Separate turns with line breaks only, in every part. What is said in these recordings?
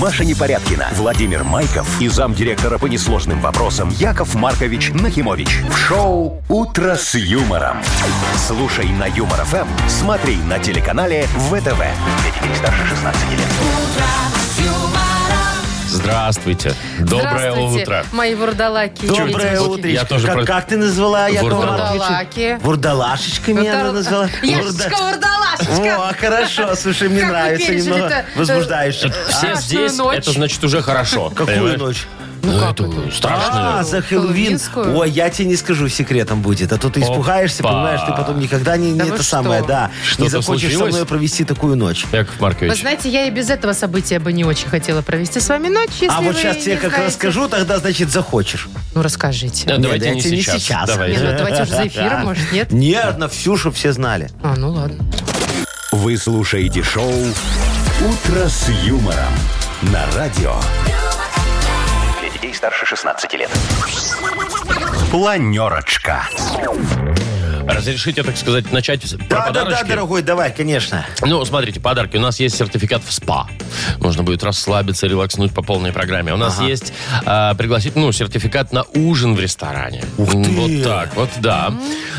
Маша Непорядкина, Владимир Майков и замдиректора по несложным вопросам Яков Маркович Нахимович. В шоу «Утро с юмором». Слушай на Юмор ФМ, смотри на телеканале ВТВ. Для детей старше 16 лет.
Здравствуйте. Доброе
Здравствуйте,
утро.
Мои вурдалаки.
Чё,
и
блин,
Доброе
вот
девочки.
утро.
я тоже
как,
про-
как ты назвала, Яков
Вурдалаки.
Маркович? Вурдалашечками она
Вурдал-
назвала. Вурда-
Яшечка, вурдалашечка.
О, а хорошо, слушай, мне
Как вы
нравится
пережили
немного.
это? э,
Возбуждающе.
Это Все
Страшную
здесь,
ночь.
это значит уже хорошо.
Какую
понимаешь?
ночь?
Ну, эту страшную.
А, за Хэллоуин.
Хэллоуинскую?
Ой, я тебе не скажу, секретом будет. А то ты испугаешься,
Опа.
понимаешь, ты потом никогда не, не
Да вы
это
что?
самое, да.
Что-то
не захочешь
случилось?
со мной провести такую ночь.
Яков Маркович.
Вы знаете, я и без этого события бы не очень хотела провести с вами ночь, если
а
вы
вот сейчас
не
тебе как
знаете.
расскажу, тогда, значит, захочешь.
Ну, расскажите.
Да,
Нет,
давайте
я
не,
тебе не
сейчас.
сейчас.
Давай.
Не, ну давайте уже за эфиром, может, нет?
Нет, на всю, чтобы все знали.
А, ну ладно.
Вы слушаете шоу «Утро с юмором» на радио. Для детей старше 16 лет. Планерочка.
Разрешите, так сказать, начать про
да, да, да,
подарочки?
дорогой, давай, конечно.
Ну, смотрите, подарки. У нас есть сертификат в СПА. Можно будет расслабиться, релакснуть по полной программе. У нас есть э, пригласить, ну, сертификат на ужин в ресторане.
Ух ты!
Вот так, вот да.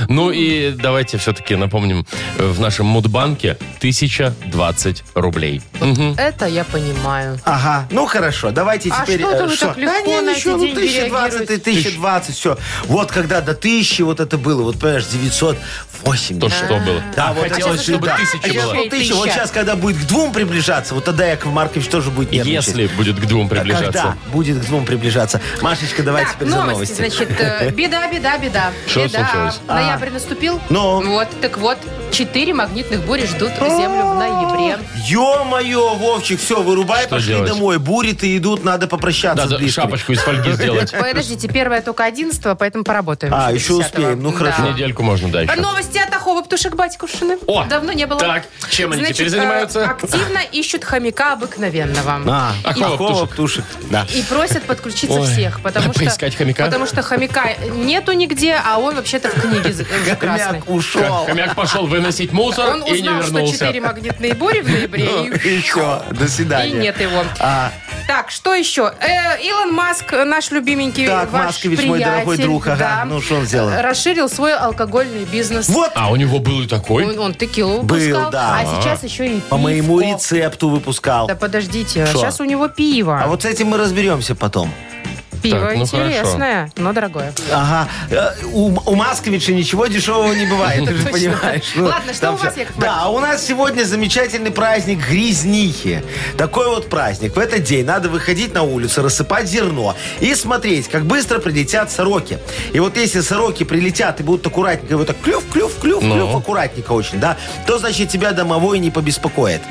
Ну и давайте все-таки напомним, э, в нашем Мудбанке 1020 рублей. Мгм.
Это я понимаю.
Ага, ну хорошо, давайте
А
теперь...
что
э,
ты вы так легко
Да не,
на эти
ничего, ну,
деньги
1020,
реагируете?
1020, все. Вот когда до 1000 вот это было, вот понимаешь, 908.
То что было?
Да,
А,
вот
хотелось,
а сейчас
чтобы
да. А
тысяча
сейчас
была.
вот тысяча. Вот сейчас, когда будет к двум приближаться, вот тогда Яков Маркович тоже будет нервничать.
Если будет к двум приближаться.
Когда будет к двум приближаться. Машечка, давай
так,
теперь
новости,
за новости.
значит, э, беда, беда, беда.
Что
беда. А.
случилось?
Ноябрь наступил.
Ну?
Вот, так вот, четыре магнитных бури ждут Землю в ноябре.
Ё-моё, Вовчик, все, вырубай,
Что
пошли
делать?
домой. Бури-то идут, надо попрощаться
Да,
с
да,
близкими.
шапочку из фольги сделать.
Подождите, первая только 11 поэтому поработаем.
А, еще
10-го.
успеем, ну,
Да.
хорошо.
Недельку можно дальше.
А Новости от Ахова Птушек Батькушины.
О,
Давно не было.
так, чем они
Значит,
теперь
э,
занимаются?
активно ищут хомяка обыкновенного.
А,
Ахова
Ахова птушек. Да.
И просят подключиться
Ой,
всех, потому что...
поискать хомяка?
Потому что хомяка нету нигде, а он вообще-то в книге за- уже красный.
Хомяк ушел.
Хомяк пошел выносить мусор
Он
и не
узнал, что
вернулся. Ну,
4 магнитные бури в ноябре, и-
Еще, до
и
свидания.
нет его.
А,
Так, что еще? Э, Илон Маск, э, наш любименький
Так,
ваш
Маскович, мой
приятель,
дорогой друг, ага.
да, Э,
Ну, что он сделал?
Расширил свой алкогольный бизнес.
вот
А у него был и такой.
Он, он текилу
Был,
выпускал,
да.
а сейчас еще и
по моему
пивко.
рецепту выпускал.
Да подождите,
Шо?
сейчас у него пиво.
А вот с этим мы разберемся потом.
пиво
Так, ну
интересное, но дорогое.
Ага. Э, У, у Масковича ничего дешевого не бывает, ты же понимаешь. Ну,
Ладно, что
там
у вас,
всё.
Яков
Да, а у нас сегодня замечательный праздник Грязнихи. Такой вот праздник. В этот день надо выходить на улицу, рассыпать зерно и смотреть, как быстро прилетят сороки. И вот если сороки прилетят и будут аккуратненько, вот так клюв, клюв, клюв,
Ну.
клюв, аккуратненько очень, да, то, значит, тебя домовой не побеспокоит.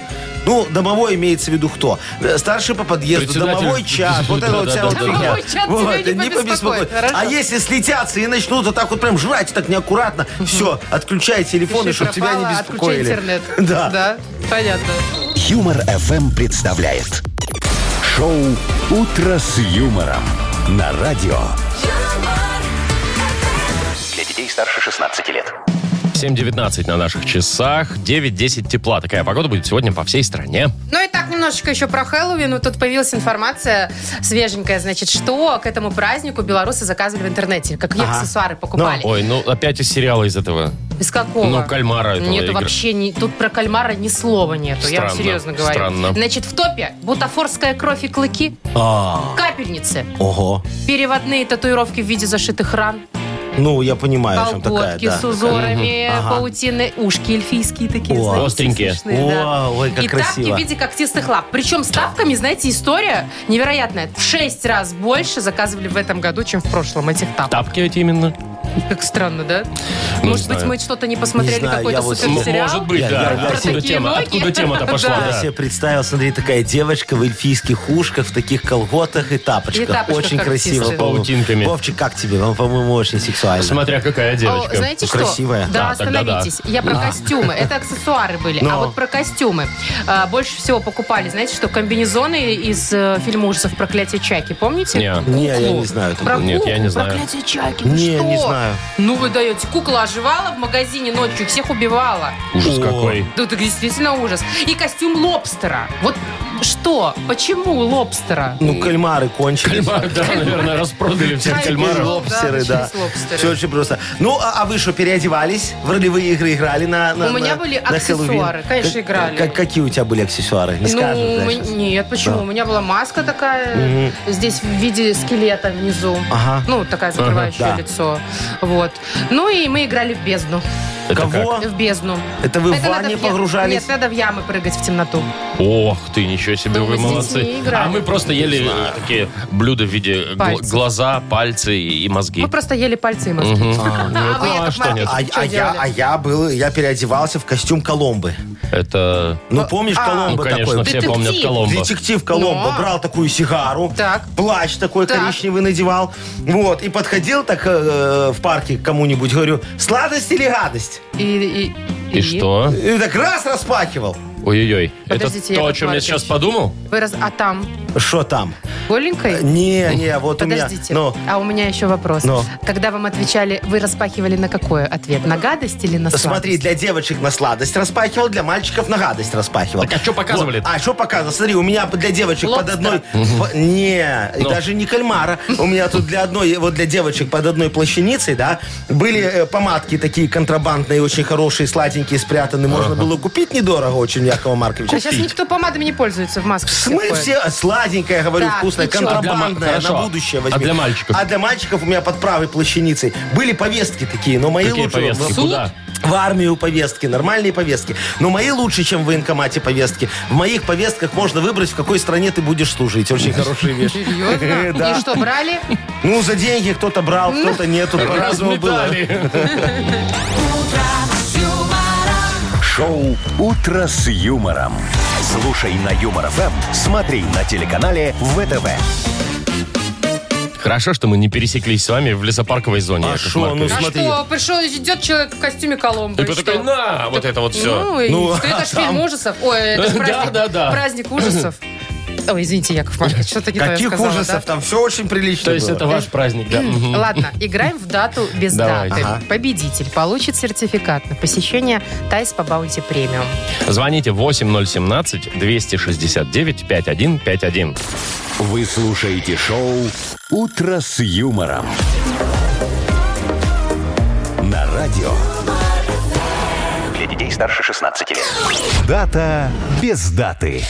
Ну, домовой имеется в виду кто? Э, Старший по подъезду,
Председатель.
домовой чат, вот это вот вся вот
Да-да-да.
фигня.
Домовой чат тебя
Вот,
не
не
побеспокоит.
побеспокоит.
Хорошо.
А если слетятся и начнут вот так вот прям жрать так неаккуратно, все, отключай телефоны,
Пиши
чтобы тебя не
пропало, отключи
беспокоили.
интернет.
Да.
Да, понятно.
Юмор FM представляет шоу Утро с юмором на радио. Для детей старше 16 лет.
7.19 на наших часах, 9.10 тепла. Такая погода будет сегодня по всей стране.
Ну и так немножечко еще про Хэллоуин. Вот тут появилась информация свеженькая, значит, что к этому празднику белорусы заказывали в интернете, какие
Ага.
аксессуары покупали.
Ой, ну опять из сериала из этого.
Из какого?
Ну, кальмара этого
Нет,
игры.
вообще, ни- тут про кальмара ни слова нету, я вам
Странно,
серьезно говорю.
странно.
Значит, в топе бутафорская кровь и клыки,
А,
капельницы,
Ого.
переводные татуировки в виде зашитых ран,
Ну, я понимаю, о чем такая,
Колготки
да.
с узорами
Мгм. Ага.
паутины, ушки эльфийские такие,
О,
знаете,
остренькие.
смешные, да.
О, ой, как
И
красиво.
тапки в виде когтистых лап. Причем с тапками, знаете, история невероятная. В шесть раз больше заказывали в этом году, чем в прошлом этих тапок.
Тапки эти именно.
Как странно, да?
Ну, Не
Может быть,
знаю.
мы что-то не посмотрели,
Не знаю,
какой-то
я вот-
М-
суперсериал?
Может быть,
Я-
да.
я- я-
Откуда
такие
тема?
ноги.
Откуда тема-то пошла?
Да.
Я
да.
себе представил, смотри, такая девочка в эльфийских ушках, в таких колготах и тапочках.
И тапочках
очень красиво.
когтистых.
по-моему.
Паутинками.
Вовчик, как тебе? Он, по-моему, очень сексуально.
Смотря какая девочка.
О, А, знаете что?
Красивая.
Да,
Да, тогда
остановитесь. Я про костюмы. Это аксессуары были. А
Но.
вот про костюмы. А, Больше всего покупали, знаете, что комбинезоны из э, фильма ужасов «Проклятие Чаки». Помните?
Не.
Не, я не знаю.
Про
Нет, я не
куклу
знаю.
«Проклятие Чаки». Вы
Не,
что?
не знаю.
Ну вы даете. Кукла оживала в магазине ночью, всех убивала. Ну,
Ужас
О.
какой.
Да это действительно ужас. И костюм лобстера. Вот Что? Почему лобстера?
Ну, кальмары кончились.
Кальмар, да, наверное, распродали всех
Ай,
кальмаров.
ну,
Лобстеры, да.
начались лобстеры.
Все очень просто. Ну, а, а вы что, переодевались? В ролевые игры играли на, на
У меня
на-
были
на Хэллоуин?
аксессуары, конечно,
Как-
играли.
как- какие у тебя были аксессуары? Не
ну,
скажешь, да,
мы-
щас?
нет, почему?
Да.
У меня была маска такая, здесь в виде скелета внизу.
Ага.
Ну, такая закрывающая
Ага, да.
лицо. Вот. Ну, и мы играли в бездну.
Кого?
В бездну.
Это вы в
надо
ванне
я-
погружались?
Нет, надо в ямы прыгать в темноту.
Ох ты, ничего себе,
Ну,
вы
мы с детьми
молодцы.
играли.
А мы просто ели э, такие блюда в виде гл-
Пальцев. Ну,
глаза, пальцы и и мозги.
Мы просто ели пальцы и мозги.
ну,
А вы,
а
Яков
что
Маркович,
нет?
А,
что
а я,
делали?
а я был, я переодевался в костюм Коломбы.
Это,
Ну, помнишь,
а.
ну,
Коломбо
конечно,
такой?
все
детектив.
помнят Коломбо.
Детектив Коломбо
Но.
брал такую сигару,
Так.
плащ такой
Так.
коричневый надевал, вот, и подходил так э, в парке к кому-нибудь, говорю, сладость или гадость?
И, и-
И что?
И так раз распакивал.
Ой-ой-ой. Это
Подождите,
то, о
Яков
чем я
Маркович.
сейчас подумал?
Вы раз- А там?
Что там?
Голенькой?
Не, не, вот у меня...
Подождите.
Ну,
А у меня еще вопрос.
Ну.
Когда вам отвечали, вы распахивали на какой ответ? На гадость или на сладость?
Смотри, для девочек на сладость распахивал, для мальчиков на гадость распахивал.
Так а что показывали?
Вот. А что показывал? Смотри, у меня для девочек
Лобстера.
под одной... по- Не,
Ну.
даже не кальмара. У меня тут для одной, вот для девочек под одной плащаницей, да, были э, помадки такие контрабандные, очень хорошие, сладенькие, спрятанные. Можно было купить недорого очень, Якова Марковича.
А сейчас никто помадами не пользуется в масках.
Мы
всех ходят.
все сладенькое, говорю,
Так,
вкусное,
и чё?
А для ма-
контрабандное,
хорошо.
на будущее
А
возьми.
для мальчиков?
А для мальчиков у меня под правой плащаницей были повестки такие, но мои
Какие
лучше...
повестки?
в-
Куда?
В армию повестки, нормальные повестки. Но мои лучше, чем в военкомате повестки. В моих повестках можно выбрать, в какой стране ты будешь служить. Очень хорошие вещи.
Серьезно?
Да.
И что, брали?
Ну, за деньги кто-то брал, кто-то нет. Тут по-разному было.
Разметали.
Шоу «Утро с юмором». Слушай на Юмор ФМ, смотри на телеканале ВТВ.
Хорошо, что мы не пересеклись с вами в лесопарковой зоне.
А
Яков
шо, ну
Маркович.
А
Смотри.
что, пришел, идет человек в костюме Коломбо.
И
Ну
вы
и что?
такой, на, вот это вот все.
Ну, и
Ну,
что, это ж фильм ужасов. Ой, это ж
Да,
праздник,
да, да.
праздник ужасов. Ой, извините, Яков Маркович, что-то не то я
Каких
сказала, да?
ужасов, там все очень прилично
То есть
было.
это ваш праздник, да? Мгм.
Ладно, играем в дату без
Давайте.
даты. Победитель получит сертификат на посещение Тайс по Баунти Премиум.
Звоните 8017-269-5151.
Вы слушаете шоу «Утро с юмором». На радио. Для детей старше 16 лет. Дата без даты.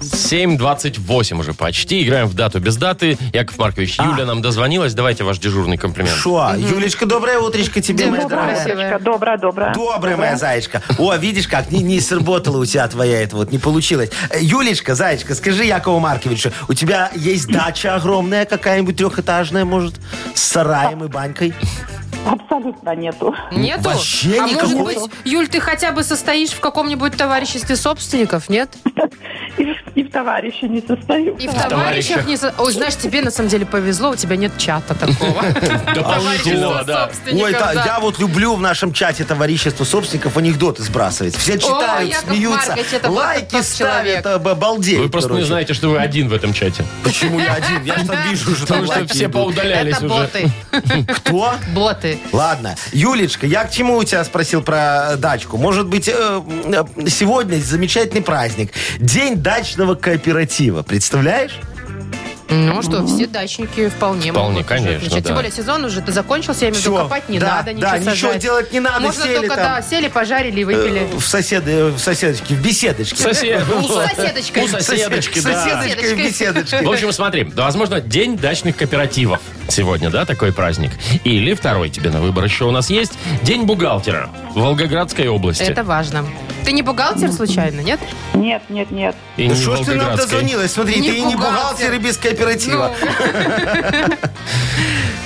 7.28 уже почти. Играем в дату без даты. Яков Маркович, Юля нам дозвонилась. Давайте ваш дежурный комплимент.
А. Шо, Юлечка, доброе утречко тебе, моя
Доброе.
дорогая.
Красивая.
Доброе, доброе.
Добрая моя зайчка. О, видишь как, не, не сработала у тебя твоя это вот, не получилось. Э, Юлечка, зайчка, скажи Якову Марковичу, у тебя есть дача огромная какая-нибудь трехэтажная, может, с сараем и банькой?
Абсолютно нету.
Нету?
вообще
а может
никакого.
быть, Юль, ты хотя бы состоишь в каком-нибудь товариществе собственников, нет?
И, в- и в товарище не состою.
И в товарищах не... со- Ой, знаешь, тебе на самом деле повезло, у тебя нет чата такого.
Дополнительного, да.
Ой, та-
да.
я вот люблю в нашем чате товарищество собственников анекдоты сбрасывать. Все читают,
Яков
смеются,
Маркович, это вот
лайки
тот человек.
ставят, об- обалдеют.
Вы просто не
короче.
знаете, что вы один в этом чате.
Почему я один? Я же там вижу, что там
Потому что
лайки
все
идут.
поудалялись
Это
уже.
боты.
Кто?
Боты.
Ладно. Юлечка, я к чему у тебя спросил про э, дачку? Может быть, э, э, сегодня замечательный праздник. День дачного кооператива. Представляешь?
Ну что, все дачники вполне,
Вполне,
могут уже
конечно,
отмечать.
да.
Тем более сезон уже ты закончился, я имею в виду,
Всё,
копать не
да,
надо, ничего
да, ничего
сажать.
делать не надо,
Можно
сели
только,
там.
да, сели, пожарили и выпили.
Э, В соседы, в соседочке, в беседочке.
Сосед...
У соседочки.
У соседочки, да.
Соседочка и в беседочке.
В общем, смотри, да, возможно, день дачных кооперативов. Сегодня, да, такой праздник. Или второй тебе на выбор еще у нас есть. День бухгалтера в Волгоградской области.
Это важно. Ты не бухгалтер случайно, нет?
Нет, нет, нет.
И
Ну
не
что ж ты нам
Волгоградской.
дозвонилась? Смотри,
Не
ты и не
бухгалтер.
бухгалтер, и без кооператива.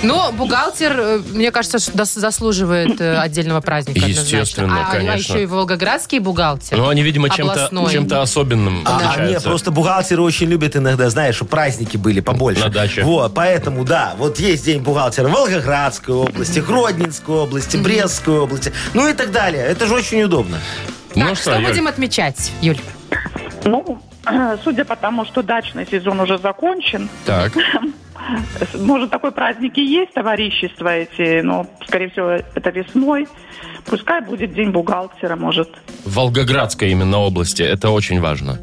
Но бухгалтер, э, мне кажется, что дос- заслуживает э, отдельного праздника. однозначно.
Естественно,
а,
конечно.
А еще и волгоградский бухгалтер.
Ну, они, видимо, чем-то
Областной.
чем особенным
А,
отличаются.
нет, просто бухгалтеры очень любят иногда, знаешь, чтобы праздники были побольше.
На даче.
Вот, поэтому, да, вот есть День бухгалтера в Волгоградской области, Гродненской области, Брестской области, ну и так далее. Это же очень удобно.
Так,
Ну
что,
что, Юль,
будем отмечать, Юль?
Ну, судя по тому, что дачный сезон уже закончен,
так.
с- может, такой праздник и есть, товарищества эти, но, скорее всего, это весной. Пускай будет день бухгалтера, может.
В Волгоградской именно области. Это очень важно.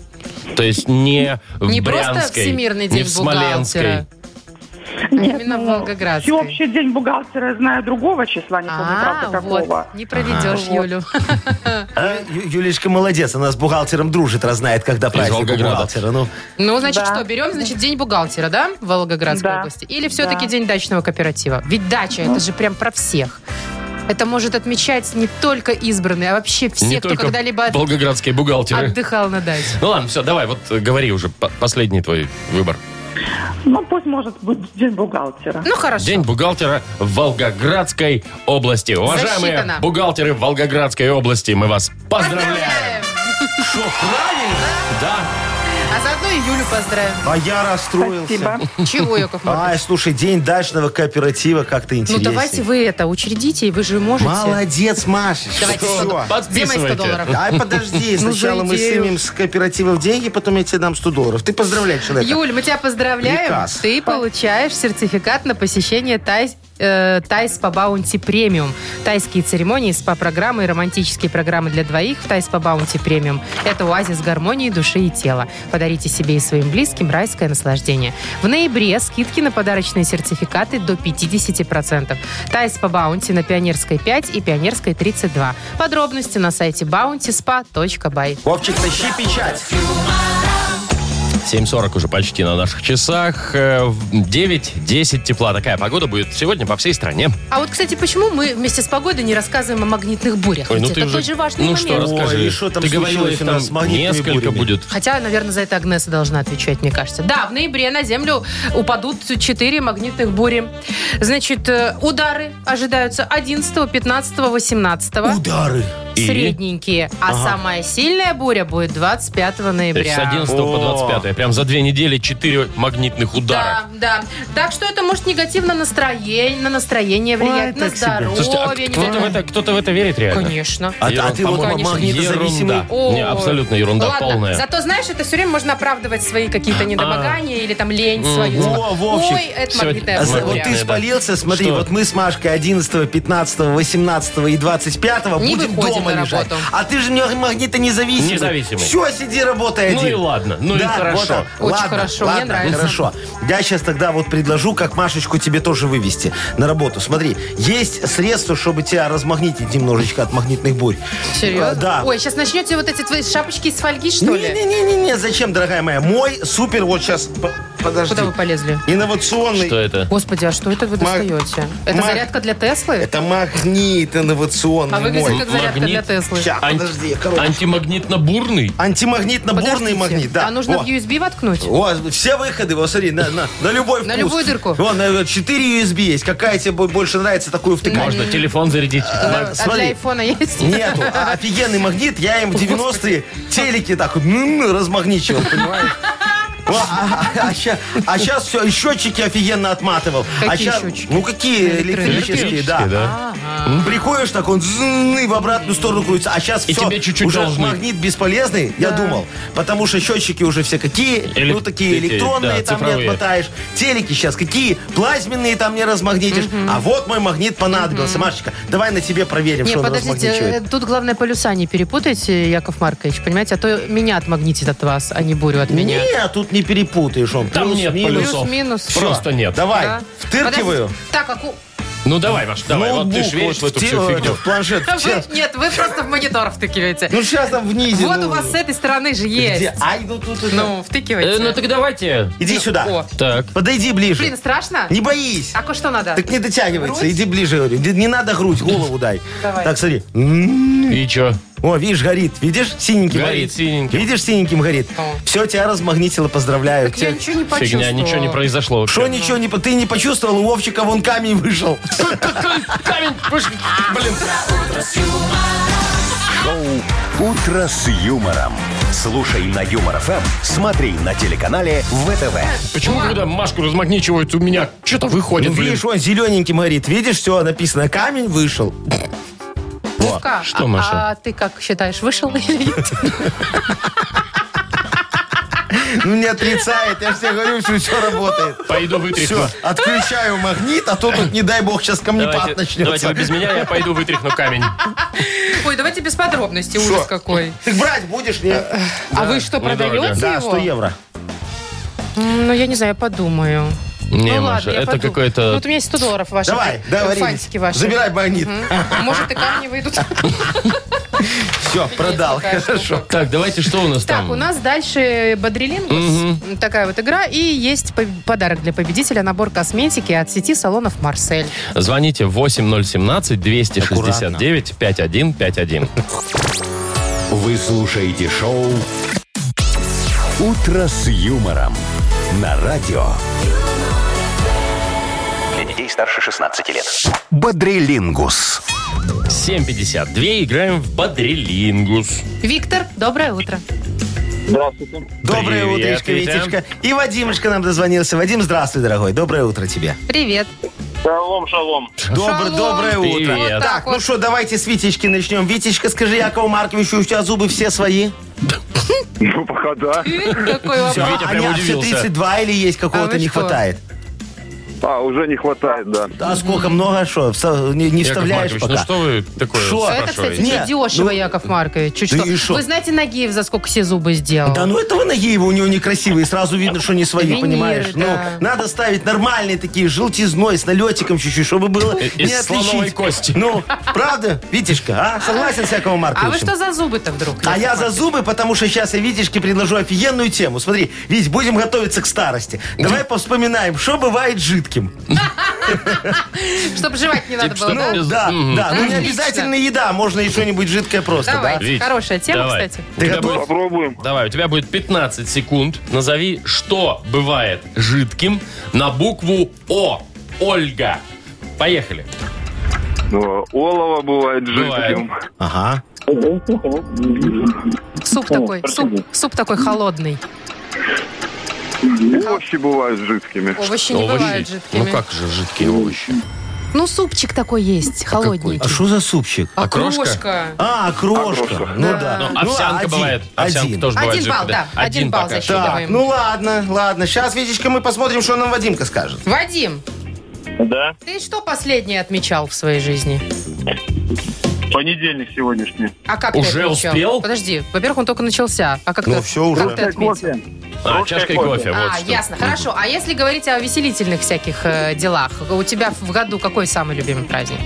То есть не в
Не просто
Брянской, не
Всемирный день
в Смоленской.
бухгалтера. Именно в Волгоградской.
ну, Всеобщий день бухгалтера я знаю другого числа, не помню,
А,
правда, какого.
вот, не проведешь Юлю.
А, Ю- Юлечка молодец, она с бухгалтером дружит, раз знает, когда праздник у
Волгограда.
бухгалтера. Ну,
Ну, значит,
Да.
что, берем, значит, день бухгалтера, да, в Волгоградской
Да.
области? Или все-таки
Да.
день дачного кооператива? Ведь дача, это же прям про всех. Это может отмечать не только избранные, а вообще
не
все, кто
только
когда-либо от-
волгоградские бухгалтеры.
отдыхал на даче.
Ну ладно, все, давай, вот э, говори уже по- последний твой выбор.
Ну, пусть может быть день бухгалтера.
Ну, хорошо.
День бухгалтера в Волгоградской области. Уважаемые
Засчитано.
бухгалтеры Волгоградской области, мы вас поздравляем.
Поздравляем!
что, правильно?
Да,
А заодно и Юлю поздравим.
А я расстроился.
Спасибо.
Чего, Яков Маркович?
Ай, слушай, день дачного кооператива как-то
Ну,
интереснее.
давайте вы это учредите, и вы же можете.
Молодец, Машечка.
Давайте
Всё.
100 долларов. Где мои 100
Подписывайте.
долларов?
Ай, подожди,
Ну, за
сначала мы
идею.
снимем с кооперативов деньги, потом я тебе дам 100 долларов. Ты поздравляй человека.
Юль, мы тебя поздравляем.
Приказ.
Ты получаешь сертификат на посещение Тайс э, Тайс по Баунти Премиум. Тайские церемонии, спа-программы и романтические программы для двоих в Тайс по Баунти Премиум. Это оазис гармонии души и тела. Подарите себе и своим близким райское наслаждение. В ноябре скидки на подарочные сертификаты до 50%. Тайс по Баунти на Пионерской 5 и Пионерской 32. Подробности на сайте bountyspa.by.
Вовчик, тащи печать.
7.40 уже почти на наших часах. Э, в 9-10 тепла. Такая погода будет сегодня по всей стране.
А вот, кстати, почему мы вместе с погодой не важным о магнитных бурях?
Ой, ну
Ведь
ты
это
уже-
тоже важный
ну
момент.
что, расскажи.
Ой, и что там
ты говорила,
случилось
их
у
там
нас с магнитными
несколько
бурями?
будет.
Хотя, наверное, за это Агнеса должна отвечать, мне кажется. Да, в ноябре на Землю упадут 4 магнитных бури. Значит, э, удары ожидаются 11, 15, 18.
Удары.
И?
Средненькие. А самая сильная буря будет 25
То есть
ноября.
с 11 по
О.
25. Прям за две недели 4 магнитных удара.
Да, да. Так что это может негативно настроение, на настроение влиять, на
так себе.
здоровье.
Слушайте, а кто-то в,
негативно.
это, кто-то в это верит реально?
Конечно.
А, а ты вот
Конечно.
магнитозависимый.
Ерунда. Не, абсолютно ерунда
Ладно,
полная.
Зато, знаешь, это все время можно оправдывать свои какие-то недомогания или там лень свою.
А. Во,
Типа,
Вовчик,
Ой, это
сегодня-
магнитная
А за-
Смотри,
Вот
буря.
ты
да.
спалился, смотри,
Что?
вот мы с Машкой 11, 15, 18 и 25
Не
будем
выходим
дома
на
лежать.
работу.
А ты же мне магнитонезависимый.
Независимый.
Все, сиди, работай
Ну
один.
и ладно, ну и
Да,
хорошо.
вот он.
Очень
Ладно,
хорошо,
ладно,
мне нравится.
Хорошо. Я сейчас тогда вот предложу, как Машечку тебе тоже вывести на работу. Смотри, есть средство, чтобы тебя размагнитить немножечко от магнитных бурь.
Серьезно?
А, Да.
Ой, сейчас начнете вот эти твои шапочки из фольги, что ли?
Не-не-не-не, зачем, дорогая моя? Мой супер, вот сейчас, подожди.
Куда вы полезли?
Инновационный.
Что это?
Господи, а что это вы
Маг-
достаете? Это
маг-
зарядка для Теслы?
Это магнит инновационный
А выглядит
мой.
как зарядка для
магнит.
Теслы.
Ща,
Ан-
подожди, короче.
Антимагнитно-бурный?
Антимагнитно-бурный
Подождите.
магнит, да.
А нужно
Во.
в USB воткнуть? А
О, все выходы, вот смотри, на, на- на любой
На
вкус.
любую дырку.
Вон, на 4 USB есть. Какая тебе бо- больше нравится, такую втыкаешь.
Можно телефон зарядить.
А
смотри.
для айфона есть?
Нету. А офигенный магнит, я им в 90-е телеки так вот м, размагничивал, понимаешь? Во, А, сейчас все, и счетчики офигенно отматывал. а
Какие
ща-
счетчики?
Ну какие
Электрические.
электрические, да.
А.
Приходишь, так он ззн, и в обратную сторону крутится. А сейчас
И
все,
тебе чуть-чуть
уже
должны.
магнит бесполезный, я думал. Потому что счетчики уже все какие,
Эле-
ну такие
эти,
электронные
да,
там
цифровые.
не отмотаешь. Телеки сейчас какие, плазменные там не размагнитишь. А вот мой магнит понадобился. Машечка, давай на тебе проверим,
Не,
что он
подождите, э,
размагничивает.
тут главное полюса не перепутайте, Яков Маркович, понимаете? А то меня отмагнитит от вас, а не бурю от меня.
Нет, тут не перепутаешь он.
Там
Плюс,
нет
минус.
полюсов.
Плюс-минус.
Всё. Просто нет.
Давай,
Да.
втыркиваю.
Подожди. Так, а аку-
Ну давай, Маш, давай. Вот ты ж веришь в эту
те-
всю фигню.
в планшет. в те-
Вы- нет, вы просто в монитор втыкиваете.
Ну сейчас там вниз.
Вот у вас с этой стороны же есть.
Ай, ну тут... это-
Ну,
Э, Ну
втыкивайте.
так давайте.
Иди сюда.
О,
Так.
Подойди ближе.
блин, страшно?
Не боись.
А ко что надо?
Так не дотягивается,
Грудь?
иди ближе, говорю. Не, не надо грудь, голову дай.
Давай.
Так, смотри. М.
И чё?
О, видишь, горит. Видишь, синеньким
Горит
горит.
синеньким.
Видишь, синеньким горит.
О.
Все, тебя размагнитило, поздравляю.
Так я
Тебя-
ничего не почувствовала.
Фигня, ничего не произошло.
Что ничего не... по- Ты не почувствовал, у Вовчика вон камень вышел.
Камень, пыш- блин.
Шоу «Утро с юмором». Слушай на Юмор ФМ, смотри на телеканале ВТВ.
Почему, когда Машку размагничивают, у меня что-то выходит,
Ну,
блин.
видишь, он зелененьким горит. Видишь, все написано, камень вышел.
Вовка,
Что,
а-
Маша?
А, ты как считаешь, вышел или нет?
Ну, не отрицает, я же тебе говорю, что все работает.
Пойду
Все,
вытряхну.
отключаю магнит, а то тут, не дай бог, сейчас камнепад
Давайте, давайте вы
начнется.
без меня, я пойду вытряхну камень.
Ой, давайте без подробностей, ужас
Что?
какой.
Ты брать будешь, нет?
А вы что,
недорого.
продаете
Да,
его?
100 евро.
М, Ну, я не знаю, я подумаю.
Не,
ну,
Маша,
ладно, я
это
подумаю. Ну,
какое-то...
вот у меня есть 100 долларов ваши.
Давай,
э,
говори.
Фантики ваши.
Забирай магнит.
М, Может, и камни выйдут.
Все, продал.
такая
Хорошо.
Так, давайте, что у нас там?
Так, у нас дальше Бодрилингус. Такая вот игра. И есть по- подарок для победителя. Набор косметики от сети салонов Марсель.
Звоните 8017-269-5151.
Вы слушаете шоу «Утро с юмором» на радио.
Для детей старше 16 лет.
Бодрилингус.
7.52. Играем в Бодрилингус.
Виктор, доброе утро.
Доброе
Привет,
утречко,
Витя.
Витечка. И Вадимушка нам дозвонился. Вадим, здравствуй, дорогой. Доброе утро тебе.
Привет.
Шалом, шалом.
Добр,
Шалом.
доброе утро.
Привет. Вот
Так,
так
ну
вот.
что, давайте с Витечки начнем. Витечка, скажи Якову Марковичу, у тебя зубы все свои?
Ну, пока да.
Э, Какой вопрос.
Витя
а
прям
не- а все
удивился.
32 или есть
А
какого-то
вы
не
что?
хватает?
А, уже не хватает, да.
А сколько много, что? вса- Не, не
Яков
вставляешь
Маркович,
пока.
ну что вы такое
Шо?
А Это, кстати,
спрашиваете?
Нет,
не дешево,
ну,
Яков Маркович. Чуть
да
что.
и шо?
Вы знаете Нагиев, за сколько все зубы сделал?
Да ну этого Нагиева, у него некрасивые, сразу видно, что не свои,
Виниры,
понимаешь?
да.
Ну, надо ставить нормальные такие, с желтизной, с налетиком чуть-чуть, чтобы было
Э,
не
из слоновой
отличить.
кости.
Ну, правда, Витишка, а? Согласен с Яковом
а
Марковичем?
вы что за зубы-то вдруг?
А
Яков
я за
Маркович?
зубы, потому что сейчас я Витишке предложу офигенную тему. Смотри, Вить, будем готовиться к старости. Давай повспоминаем, что бывает жидким.
Чтобы жевать не надо
Типа,
было,
что без-
да?
Ну, Да,
Мгм.
да. Ну не
Отлично.
обязательно еда, можно и что-нибудь жидкое просто, да?
Давайте.
Вить,
Хорошая тема,
давай.
кстати.
У тебя
готов?
будет-
Попробуем.
Давай, у тебя будет 15 секунд. Назови, что бывает жидким на букву О. Ольга. Поехали.
Э, Олово бывает
Бывает.
жидким.
Ага.
Суп такой, суп, суп такой холодный.
Овощи бывают жидкими.
Овощи не бывают
Овощи.
жидкими.
Ну как же жидкие овощи?
Ну, супчик такой есть, холодненький.
А что за супчик?
Окрошка?
Окрошка.
А, крошка.
Окрошка.
Ну
Да.
да.
Ну, овсянка
один,
бывает. Овсянка
один.
тоже бывает
Один балл,
жидкая,
да. Один балл
пока.
защиты.
Так,
Считываем.
ну ладно, ладно. Сейчас, Витечка, мы посмотрим, что нам Вадимка скажет.
Вадим,
Да.
ты что последнее отмечал в своей жизни?
Понедельник сегодняшний.
А как
Уже
ты отмечал?
успел?
Подожди, во-первых, он только начался. А как
Ну,
ты,
всё уже.
Как ты отметил?
А, чашкой кофе. вот
а,
что.
ясно, хорошо. А если говорить о веселительных всяких э, делах, у тебя в году какой самый любимый праздник?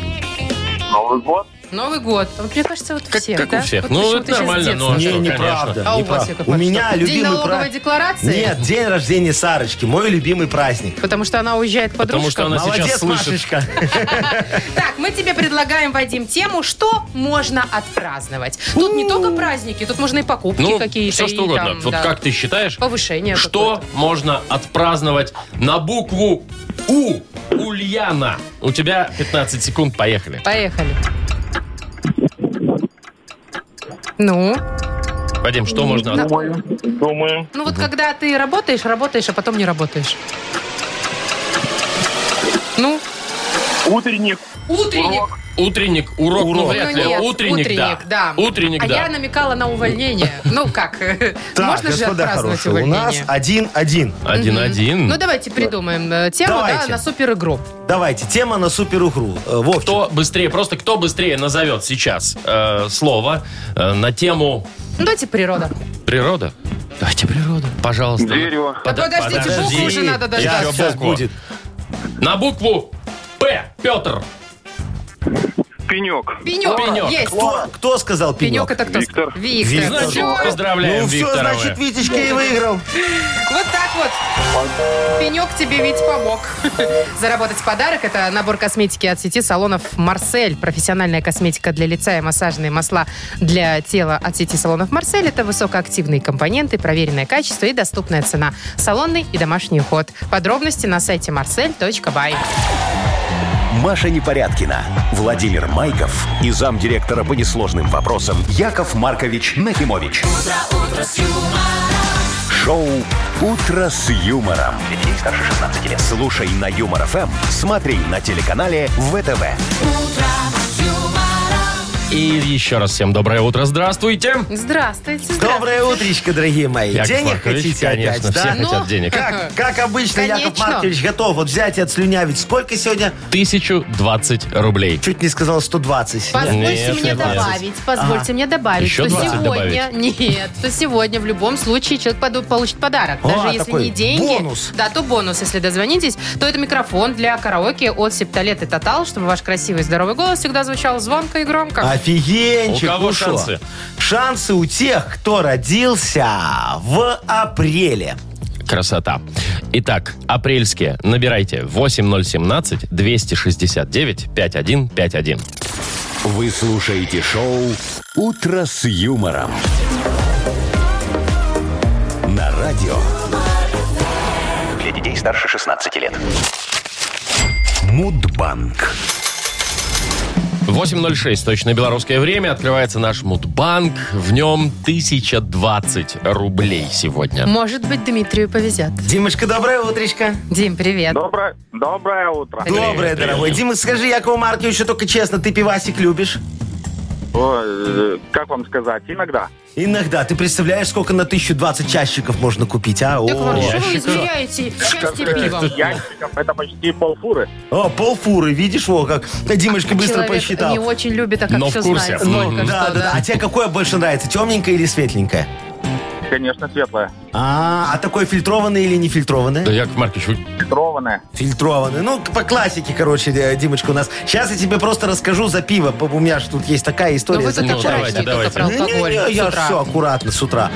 Новый год.
Новый год. Вот Мне кажется, вот у
Как-
всех,
как у
да?
всех.
Вот
Ну,
почему-то
это
сейчас
нормально,
детство.
но-
Не,
что,
неправда.
А у
неправда.
вас, Яков
У
Маркович,
меня
что?
любимый
День налоговой
праздник.
декларации?
Нет, день рождения Сарочки, мой любимый праздник.
Потому что она уезжает к
Потому
подружкам.
что она сейчас
Молодец,
слышит.
Машечка.
Так, мы тебе предлагаем, Вадим, тему, что можно отпраздновать. Тут не только праздники, тут можно и покупки
Ну,
какие-то.
все
и
что угодно.
там,
вот
да,
как ты считаешь,
Повышение
что
какое-то.
можно отпраздновать на букву У? Ульяна. У тебя 15 секунд, поехали.
Поехали. Ну,
Вадим, что можно от-
Думаю. Думаю.
ну вот когда ты работаешь, работаешь, а потом не работаешь. Ну,
Утренник.
утренник.
Утренник, урок, ну
Урок.
вряд ли.
Ну, нет,
утренник, да. Утренник,
а
да.
я намекала на увольнение. Ну как,
Так,
можно же
господа
отпраздновать
хорошие, у нас
увольнение?
один-один.
Один-один.
Ну давайте придумаем э, тему да,
Давайте.
на супер игру.
Давайте, тема на супер игру. Вовчик,
кто быстрее, просто кто быстрее назовет сейчас э, слово э, на тему
Ну давайте природа.
природа? Давайте природа. Пожалуйста.
Дерево.
Под-
Да А подождите,
подожди.
букву уже надо дождаться.
Еще
сейчас
букву.
будет.
На букву П. Петр.
Пенек.
Пенек.
Пенек.
Есть.
Кто, кто сказал пенек?
Пенек это кто?
Виктор.
Виктор.
Виктор.
Значит,
Вот.
поздравляем
Ну все,
Викторовы.
значит, Витечка и выиграл.
Вот так вот. Пенек тебе ведь помог. Заработать подарок – это набор косметики от сети салонов «Марсель». Профессиональная косметика для лица и массажные масла для тела от сети салонов «Марсель» – это высокоактивные компоненты, проверенное качество и доступная цена. Салонный и домашний уход. Подробности на сайте marsel.by.
Маша Непорядкина, Владимир Майков и замдиректора по несложным вопросам Яков Маркович Нахимович. Шоу «Утро с юмором». Для детей старше 16 лет. Слушай на Юмор ФМ, смотри на телеканале ВТВ.
И еще раз всем доброе утро. Здравствуйте.
Здравствуйте. здравствуйте.
Доброе утречко, дорогие мои.
Яков
денег
Маркович,
хотите
конечно,
опять,
все
да?
Ну,
хотят денег.
Как, как обычно, Яков
Конечно.
Маркович готов вот взять и отслюнявить. Сколько сегодня?
1020 рублей.
Чуть не сказал 120.
Нет,
Позвольте
нет,
мне
нет.
добавить, позвольте мне добавить,
Еще
что
20
сегодня, нет, что сегодня в любом случае человек поду- получит подарок.
А,
Даже если
такой
не деньги,
бонус.
да, то бонус, если дозвонитесь, то это микрофон для караоке от Септолет и Тотал, чтобы ваш красивый здоровый голос всегда звучал звонко и громко.
А
Офигенчик.
У кого
ну шо?
шансы?
Шансы у тех, кто родился в апреле.
Красота. Итак, апрельские. Набирайте 8017-269-5151.
Вы слушаете шоу «Утро с юмором». На радио
Для детей старше 16 лет.
Мудбанк.
8.06, точно белорусское время. Открывается наш мудбанк. В нем 1020 рублей сегодня.
Может быть, Дмитрию повезет.
Димочка, доброе утречко.
Дим, привет.
Доброе, доброе утро.
Привет,
Доброе, дорогой. Дима, скажи, Якову Марковичу только честно, ты пивасик любишь?
Ой, э, как вам сказать, иногда.
Иногда. Ты представляешь, сколько на 1020 чащиков можно купить, а?
Яков
О,
Маркович, что вы
ящик.
измеряете счастье
Как, э,
пивом?
Ящиков это почти полфуры.
О, полфуры, видишь, о, как. Да, Димочка быстро
Человек
посчитал.
не очень любит, а как
Но в
все
курсе.
знает.
Ну,
только
мгм.
что,
Да, да, да. А тебе какое больше нравится, темненькое или светленькое?
Конечно, светлое.
А, а такое фильтрованное или не фильтрованное?
Да, Яков Маркович, вы
Фильтрованное.
Фильтрованный. Ну, по классике, короче, э, Димочка у нас. Сейчас я тебе просто расскажу за пиво. По- У меня ж тут есть такая
Но
история.
вы
за
тут
Ну,
пиво.
давайте,
аккуратнее только
давайте.
про алкоголь
Не-не-не,
с
я
утра.
все аккуратно с утра.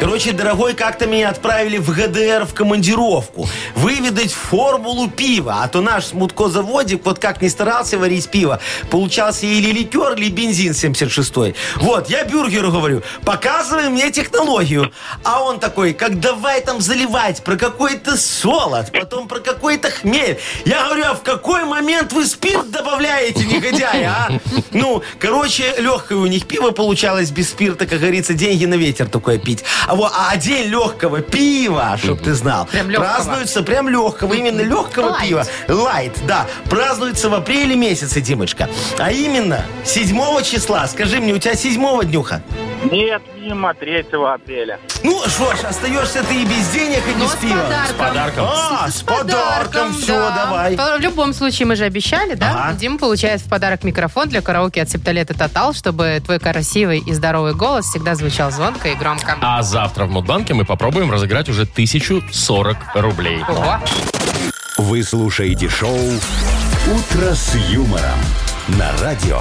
Короче, дорогой, как-то меня отправили в ГДР в командировку. Выведать формулу пива. А то наш смуткозаводик, вот как не старался варить пиво, получался или ликер, или бензин 76 Вот, я бюргеру говорю, показывай мне технологию. А он такой, как давай там заливать, про какой-то солод, потом про какой-то хмель. Я говорю, а в какой момент вы спирт добавляете, негодяи, а? Ну, короче, легкое у них пиво получалось без спирта, как говорится, деньги на ветер такое пить. А, вот, а день легкого пива, чтоб ты знал,
Прям легкого.
празднуется прям легкого, именно легкого
Лайт.
пива. Лайт, да. Празднуется в апреле месяце, Димочка. А именно 7 числа. Скажи мне, у тебя 7 днюха?
Нет, мимо 3 апреля.
Ну, что ж, остаешься ты и без денег, и
Но
без
с
пива.
с
подарком.
подарком.
А, с подарком, все,
да.
давай.
По- В любом случае, мы же обещали, да?
Ага.
Дима получает в подарок микрофон для караоке от Септолета Тотал, чтобы твой красивый и здоровый голос всегда звучал звонко и громко.
А завтра в Мудбанке мы попробуем разыграть уже 1040 рублей.
Ого.
Вы слушаете шоу «Утро с юмором» на радио.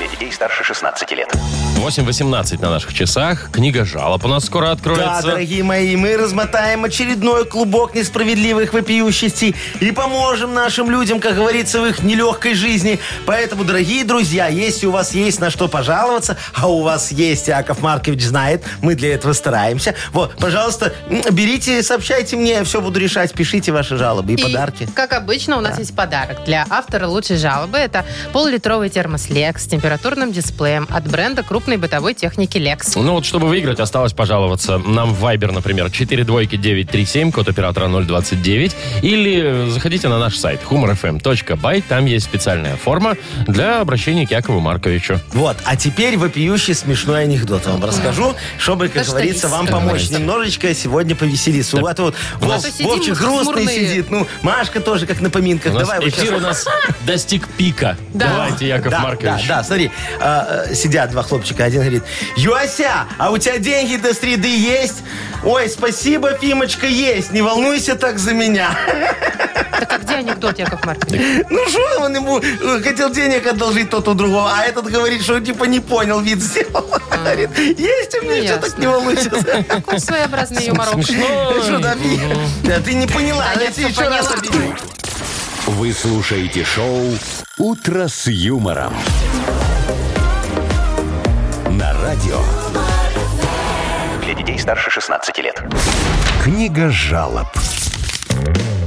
Для детей старше 16 лет.
8.18 на наших часах. Книга жалоб у нас скоро
Да,
откроется.
дорогие мои, мы размотаем очередной клубок несправедливых вопиющестей и поможем нашим людям, как говорится, в их нелегкой жизни. Поэтому, дорогие друзья, если у вас есть на что пожаловаться, а у вас есть, Яков Маркович знает, мы для этого стараемся, вот, пожалуйста, м, берите, сообщайте мне, я все буду решать, пишите ваши жалобы и, подарки.
как обычно, у нас есть подарок для автора лучшей жалобы. Это полулитровый термос Lex с температурным дисплеем от бренда крупной бытовой техники Lex.
Ну вот, чтобы выиграть, осталось пожаловаться нам в Viber, например, 42937, код оператора 029, или э, заходите на наш сайт humorfm.by, там есть специальная форма для обращения к Якову Марковичу.
Вот, а теперь вопиющий смешной анекдот вам расскажу, чтобы, как
Да что
говорится,
есть,
вам
как
помочь
говорится.
немножечко сегодня повеселиться. Вот, вот,
нас-
Вов-
А то сидим
Вовчик
мы как
грустный
смурные.
сидит, ну, Машка тоже как на поминках.
У нас
Давай вот
эфир
щас-
у нас достиг пика.
Да.
Давайте, Яков
да,
Маркович.
Да, да, смотри, а, э, сидят два хлопчика, один говорит, Юася, а у тебя деньги до среды есть? Ой, спасибо, Фимочка, есть, не волнуйся так за меня.
Так а где анекдот, Яков Маркович?
Ну что, он ему э, хотел денег одолжить тот у другого, а этот говорит, что типа не понял, вид сделал. Говорит, есть у меня, что так
А. Ясно.
не волнуйся.
Какой своеобразный юморок.
Ты что, да, Фи? Да ты не поняла,
Да
я
нет,
тебе
всё
еще раз
ну. поняла.
объясню.
Вы слушаете шоу «Утро с юмором». На радио.
Для детей старше 16 лет.
Книга жалоб.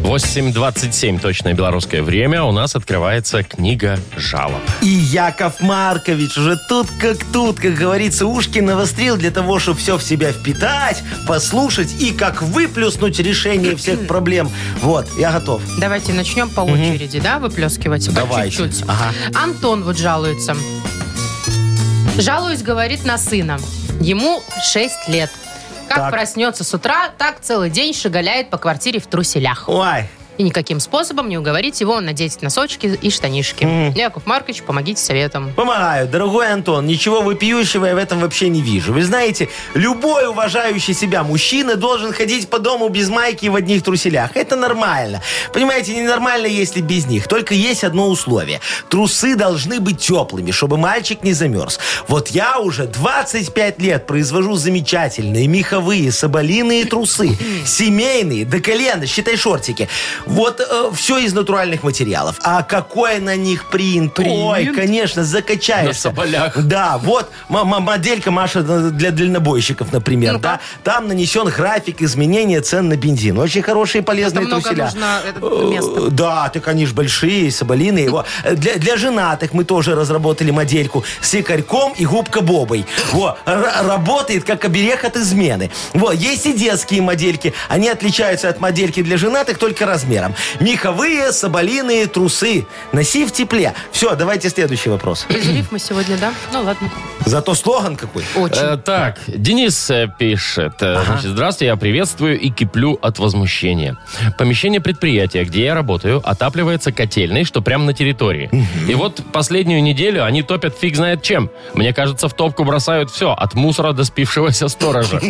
8.27 точное белорусское время. У нас открывается книга жалоб.
И Яков Маркович уже тут как тут, как говорится, ушки навострил для того, чтобы все в себя впитать, послушать и как выплюснуть решение всех проблем. Вот, я готов.
Давайте начнем по очереди, да, выплескивать? По
Давайте.
чуть-чуть.
Ага.
Антон вот жалуется. Жалуюсь, говорит, на сына. Ему 6 лет. Как
Так.
проснется с утра, так целый день шагаляет по квартире в труселях.
Ой,
И никаким способом не уговорить его надеть носочки и штанишки. Яков Маркович, помогите советом.
Помогаю, дорогой Антон. Ничего вопиющего я в этом вообще не вижу. Вы знаете, любой уважающий себя мужчина должен ходить по дому без майки и в одних труселях. Это нормально. Понимаете, ненормально, если без них. Только есть одно условие. Трусы должны быть теплыми, чтобы мальчик не замерз. Вот я уже 25 лет произвожу замечательные меховые соболиные трусы. Семейные, до колена, считай шортики. Вот все из натуральных материалов. А какой на них принт? Ой, конечно, закачаешься.
На соболях.
Да, вот м- м- моделька Маша э, для дальнобойщиков, например, да. Там нанесен график изменения цен на бензин. Очень хорошие и полезные
много
труселя.
нужно э, места.
Э, Да, так они же большие, соболины. Его. Для, для женатых мы тоже разработали модельку с якорьком и губка Бобой. Во, р- работает как оберег от измены. Во, есть и детские модельки. Они отличаются от модельки для женатых только размером. Меховые соболиные трусы. Носи в тепле. Все, давайте следующий вопрос.
Без рифма сегодня, да? Ну ладно.
Зато слоган какой.
Очень.
Э, так, Денис э, пишет. э, Значит, здравствуйте, я приветствую и киплю от возмущения. Помещение предприятия, где я работаю, отапливается котельной, что прямо на территории. И вот последнюю неделю они топят фиг знает чем. Мне кажется, в топку бросают все, от мусора до спившегося сторожа.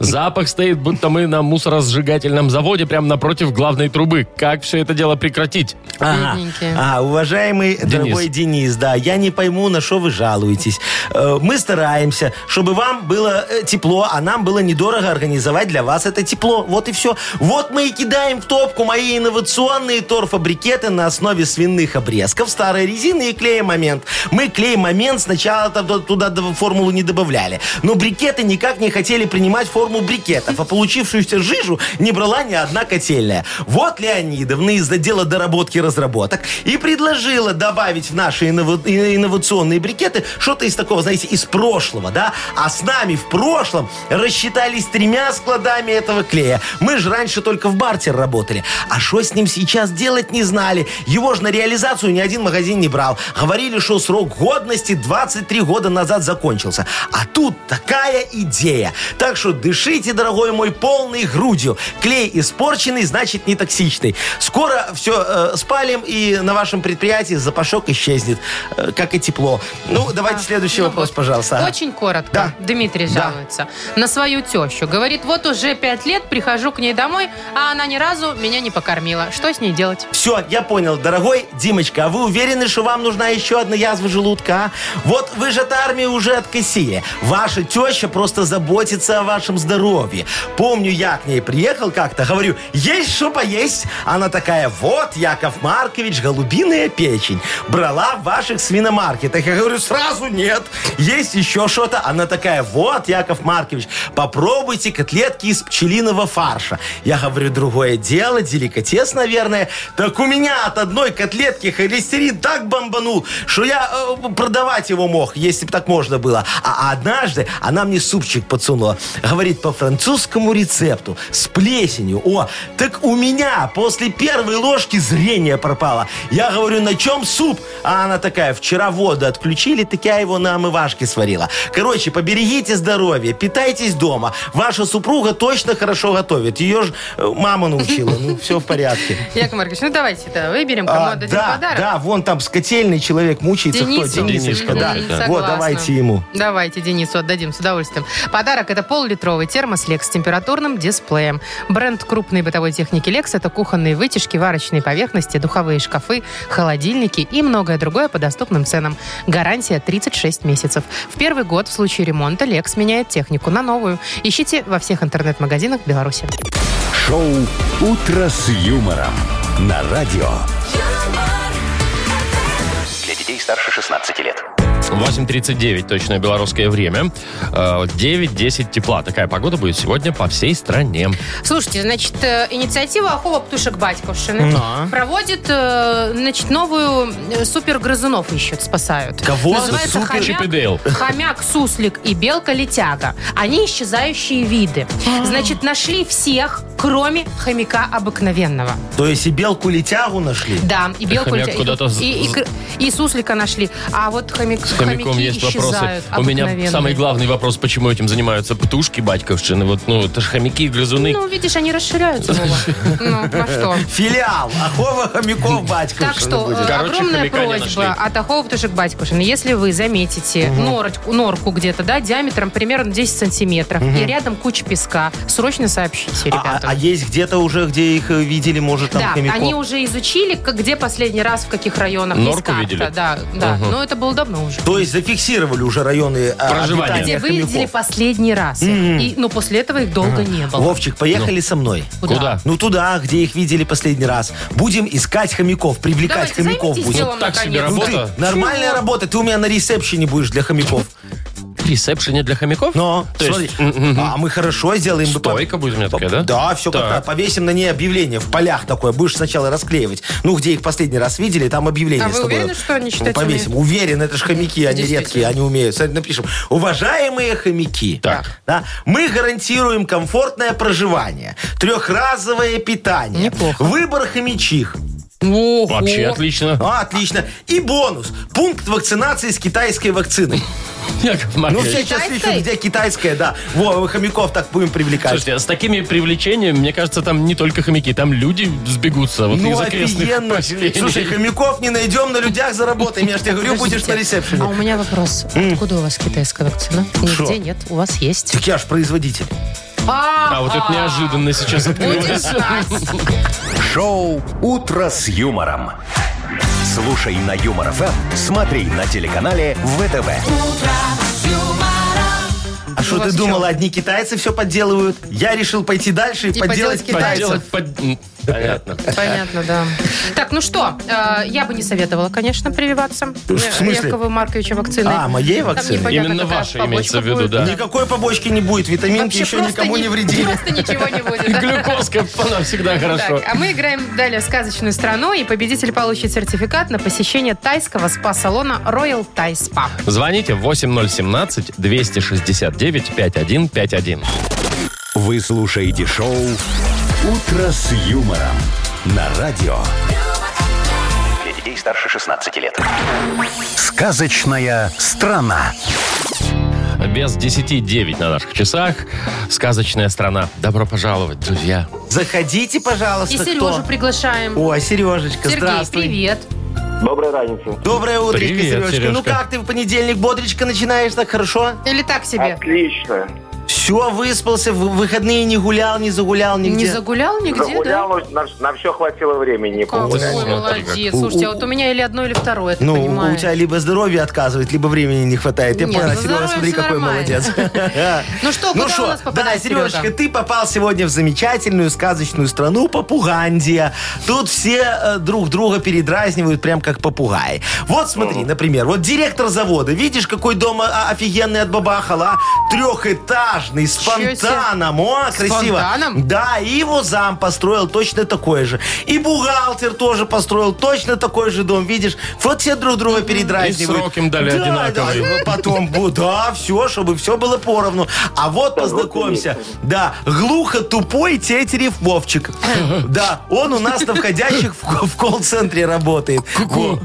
Запах стоит, будто мы на мусоросжигательном заводе прямо напротив главной трубы. Как все это дело прекратить?
Ага.
Бедненькие.
А, уважаемый дорогой Денис, да, я не пойму, на что вы жалуетесь. Э, Мы стараемся, чтобы вам было э, тепло, а нам было недорого организовать для вас это тепло. Вот и все. Вот мы и кидаем в топку мои инновационные торфобрикеты на основе свиных обрезков, старой резины и клея момент. Мы клей момент сначала туда- туда д- формулу не добавляли, но брикеты никак не хотели принимать форму брикетов, а получившуюся жижу не брала ни одна котельная. Вот Леонидовна из отдела доработки разработок и предложила добавить в наши иннова- и- инновационные брикеты что-то из такого, знаете, из прошлого, да? А с нами в прошлом рассчитались тремя складами этого клея. Мы же раньше только в бартер работали. А что с ним сейчас делать не знали. Его же на реализацию ни один магазин не брал. Говорили, что срок годности 23 года назад закончился. А тут такая идея. Так что дышите, дорогой мой, полной грудью. Клей испорченный, значит не токсичный. Скоро все спалим, и на вашем предприятии запашок исчезнет, э, как и тепло. Ну, давайте следующий
Ну
вопрос,
вот.
пожалуйста. Ага.
Очень коротко.
Да.
Дмитрий
Да.
жалуется на свою тещу. Говорит, вот уже пять лет прихожу к ней домой, а она ни разу меня не покормила. Что с ней делать?
Все, я понял, дорогой Димочка, а вы уверены, что вам нужна еще одна язва желудка? а? Вот вы же от армии уже откосили. Ваша теща просто заботится о вашем здоровье. Помню, я к ней приехал как-то, говорю, есть что поесть? Она такая, вот, Яков Маркович, голубиная печень. Брала в ваших свиномаркетах. Я говорю, сразу нет. Есть еще что-то. Она такая, вот, Яков Маркович, попробуйте котлетки из пчелиного фарша. Я говорю, другое дело, деликатес, наверное. Так у меня от одной котлетки холестерин так бомбанул, что я э, продавать его мог, если бы так можно было. А однажды она мне супчик подсунула. Говорит, по французскому рецепту, с плесенью. О, так у меня после первой ложки зрение пропало. Я говорю, на чем суп? А она такая, вчера воду отключили, так я его на омывашке сварила. Короче, поберегите здоровье, питайтесь дома. Ваша супруга точно хорошо готовит. Ее же мама научила. Ну, все в порядке.
Яков Маркович, ну давайте да, выберем кому
А,
отдадим
да,
подарок.
да, вон там с котельной человек мучается.
Денису.
Кто? Денисушка,
Мгм,
да.
согласна.
Вот, давайте ему.
Давайте Денису отдадим с удовольствием. Подарок это полулитровый термос Lex с температурным дисплеем. Бренд крупной бытовой техники Lex это кухонные вытяжки, варочные поверхности, духовые шкафы, холодильники и многое другое по доступным ценам. Гарантия 36 месяцев. В первый год в случае ремонта Lex меняет технику на новую. Ищите во всех интернет-магазинах Беларуси.
Шоу «Утро с юмором» на радио.
Для детей старше 16 лет.
8.39 точное белорусское время. Э, 9-10 тепла. Такая погода будет сегодня по всей стране.
Слушайте, значит, э, инициатива Акула Птушек Батьковшины
Да.
проводит, э, значит, новую э, супергрызунов ищут, спасают.
Кого?
Называется
Супер
хомяк,
Чип и Дейл.
хомяк, суслик и белка-летяга. Они исчезающие виды. Значит, нашли всех, кроме хомяка обыкновенного.
То есть и белку летягу нашли.
Да, и белку
Хомяк
летя- и-
куда-то з-
и, и кр- и суслика нашли. А вот хомяк,
С хомяком
хомяки
есть вопросы.
исчезают
У меня
обыкновенные.
самый главный вопрос, почему этим занимаются птушки батьковщины. Вот, ну, это же хомяки и грызуны.
Ну, видишь, они расширяются, Вова. Ну, а что?
Филиал. Ахова хомяков батька.
Так что э,
Короче,
огромная
хомяка не нашли.
просьба от Ахова Птушек Батькушин. Если вы заметите норочку- норку где-то, да, диаметром примерно 10 сантиметров, и рядом куча песка, срочно сообщите
а,
ребятам.
а есть где-то уже, где их э, видели, может, там
да,
хомяков?
они уже изучили, как- где последний раз, в каких районах. Есть
Норку
карта,
видели?
Да, да. Но это было давно уже.
То есть зафиксировали уже районы э,
Проживания.
обитания
Где выявили
хомяков.
последний раз. И, но после этого их долго не было.
Вовчик, поехали со мной.
Куда?
Ну туда, где их видели последний раз. Будем искать хомяков, привлекать
Давайте
хомяков
займитесь
будем.
делом,
так себе
наконец.
Ну ты,
Работа?
нормальная работа, ты у меня на ресепшене будешь для хомяков.
В ресепшене для хомяков?
Но,
То
Ну, смотри,
есть, м, м,
а мы хорошо сделаем. бы по-
Стойка будет у меня такая, да?
Да, все
Так.
как-то. Повесим на ней объявление в полях такое. Будешь сначала расклеивать. Ну, где их последний раз видели, там объявление
А
с
вы
тобой.
уверены, что они читать
Ну, Повесим. Уверен, это же хомяки, они
Действительно.
редкие, они умеют. Смотри, напишем. Уважаемые хомяки.
Так.
Да, мы гарантируем комфортное проживание, трехразовое питание,
Неплохо.
выбор хомячих, Ну
Ого.
Вообще отлично.
а, отлично. И бонус. Пункт вакцинации с китайской вакциной.
Яков
Ну,
Маркович,
все сейчас
Китайской?
ищут, где китайская, да. Во, хомяков так будем привлекать.
Слушайте, а с такими привлечениями, мне кажется, там не только хомяки, там люди сбегутся вот из окрестных
Ну, офигенно.
поселений.
Слушай, хомяков не найдем, на людях заработаем. Я же тебе говорю, будешь на
А у
ресепшене.
меня вопрос. Откуда у вас китайская вакцина?
Шо?
Нигде нет, у вас есть.
Так я ж производитель.
а вот это неожиданно
Ну,
сейчас
Будем
открылось.
знать.
Шоу «Утро с юмором». Слушай на Юмор ФМ, смотри на телеканале ВТВ.
А что ты
Ну, вас
думала, одни китайцы все подделывают? Я решил пойти дальше и,
поделать
подделать китайцев.
Подделать под- м, Понятно.
Понятно, да. Так, ну что, э, я бы не советовала, конечно, прививаться. Э,
В смысле?
Якову Марковичу вакцины.
А, моей
Там
вакциной?
непонятно,
Именно
какая
ваша
побочка
имеется в виду,
будет.
да.
Никакой побочки не будет, витаминки
Вообще
еще
просто
никому не вредили.
Просто ничего не
И
будет.
глюкозка всегда хорошо.
Так, а мы играем далее в сказочную страну, и победитель получит сертификат на посещение тайского спа-салона Royal Thai Spa.
Звоните 8017-269-5151.
Вы слушаете шоу «Утро с юмором» на радио.
Для детей старше 16 лет.
Сказочная страна.
Без 10-9 на наших часах. Сказочная страна. Добро пожаловать, друзья.
Заходите,
И
пожалуйста,
Сережу
кто?
приглашаем.
О, Сережечка,
Сергей,
здравствуй.
привет.
Доброй разницы.
Доброе утречко,
Привет,
Сережечка. Ну
Сережка.
как ты в понедельник бодречко начинаешь так хорошо?
Или так себе?
Отлично.
Все, выспался, в выходные не гулял, не загулял
Не
нигде.
загулял нигде,
Загулял,
да?
но на, все хватило времени.
Какой
Ой, смотри,
молодец.
как.
Слушайте, а
У-
вот у меня или одно, или второе, ты
Ну, у
понимаешь.
тебя либо здоровье отказывает, либо времени не хватает. Я
Нет,
поняла,
ну,
Серега,
здоровье
смотри,
всё
какой
нормально.
молодец.
Ну что,
Ну
куда у
что,
нас
да,
попадает
Сережечка,
Сережа?
ты попал сегодня в замечательную сказочную страну Попугандия. Тут все э, друг друга передразнивают, прям как попугаи. Вот смотри, например, вот директор завода, видишь, какой дом а, офигенный отбабахала? Трехэтажный, с
Чё себе.
фонтаном. О, красиво.
фонтаном?
Да, и его зам построил точно такой же. И бухгалтер тоже построил точно такой же дом, видишь? Вот все друг друга передразнивают.
И срок им дали
Да,
одинаковый.
да, ну, потом, бу- да, все, чтобы все было поровну. А вот познакомься. Да, глухо тупой тетерев Вовчик. Да, он у нас на входящих в в колл-центре работает. Ку-ку.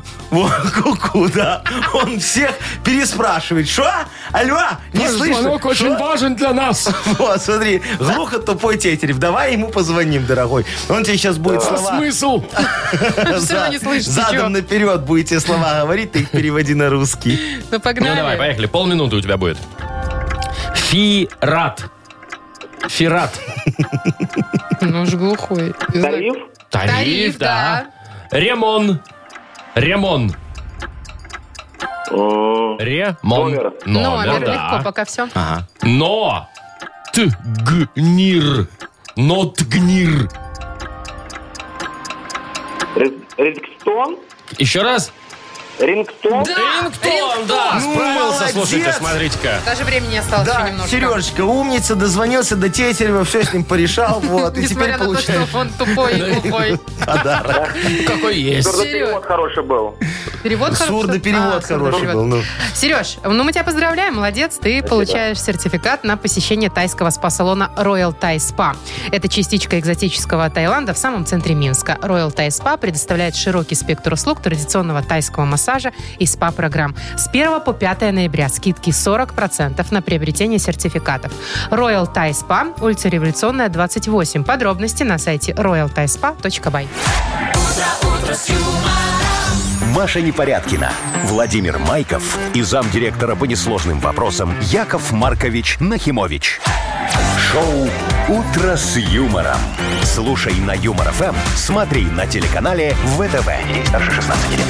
Ку-ку, да. Он всех переспрашивает. Что? Алло, не слышу. Шо?
важен для нас.
Вот, смотри, глухо тупой тетерев. Давай ему позвоним, дорогой. Он тебе сейчас будет слова
Смысл?
Всё равно не слышите, чё.
задом наперед будете слова говорить, ты их переводи на русский.
Ну
Ну давай,
погнали.
поехали. Полминуты у тебя будет. Фират. Фират.
Ну уж глухой.
Тариф?
Тариф, да.
Ремон. Ремон. Ремон.
Номер.
Номер,
Номер,
легко,
да.
Ну, а пока все.
Ага.
Но. Тгнир. Нотгнир.
Рекстон?
Еще раз.
Рингтон?
Рингтон, да,
Ну,
справился, слушайте,
молодец.
смотрите-ка.
Даже времени осталось еще
Да,
немножко.
Сережечка, умница, дозвонился до Тетерева, все с ним порешал, вот, и
Несмотря
теперь
на то, что
получаешь
он тупой и глухой.
подарок.
Какой есть.
Сереж,
Вот хороший был.
перевод хороший? А,
Сурдоперевод хороший
сурдоперевод.
был, ну.
Сереж, ну мы тебя поздравляем, молодец, ты получаешь сертификат на посещение тайского спа-салона Royal Thai Spa. Это частичка экзотического Таиланда в самом центре Минска. Royal Thai Spa предоставляет широкий спектр услуг традиционного тайского массажа и спа-программ. С 1 по 5 ноября скидки 40% на приобретение сертификатов. Royal Thai Spa, улица Революционная, 28. Подробности на сайте royalthaispa.by.
Маша Непорядкина, Владимир Майков и замдиректора по несложным вопросам Яков Маркович Нахимович. Шоу «Утро с юмором». Слушай на Юмор ФМ, смотри на телеканале ВТВ. Ей старше 16 лет.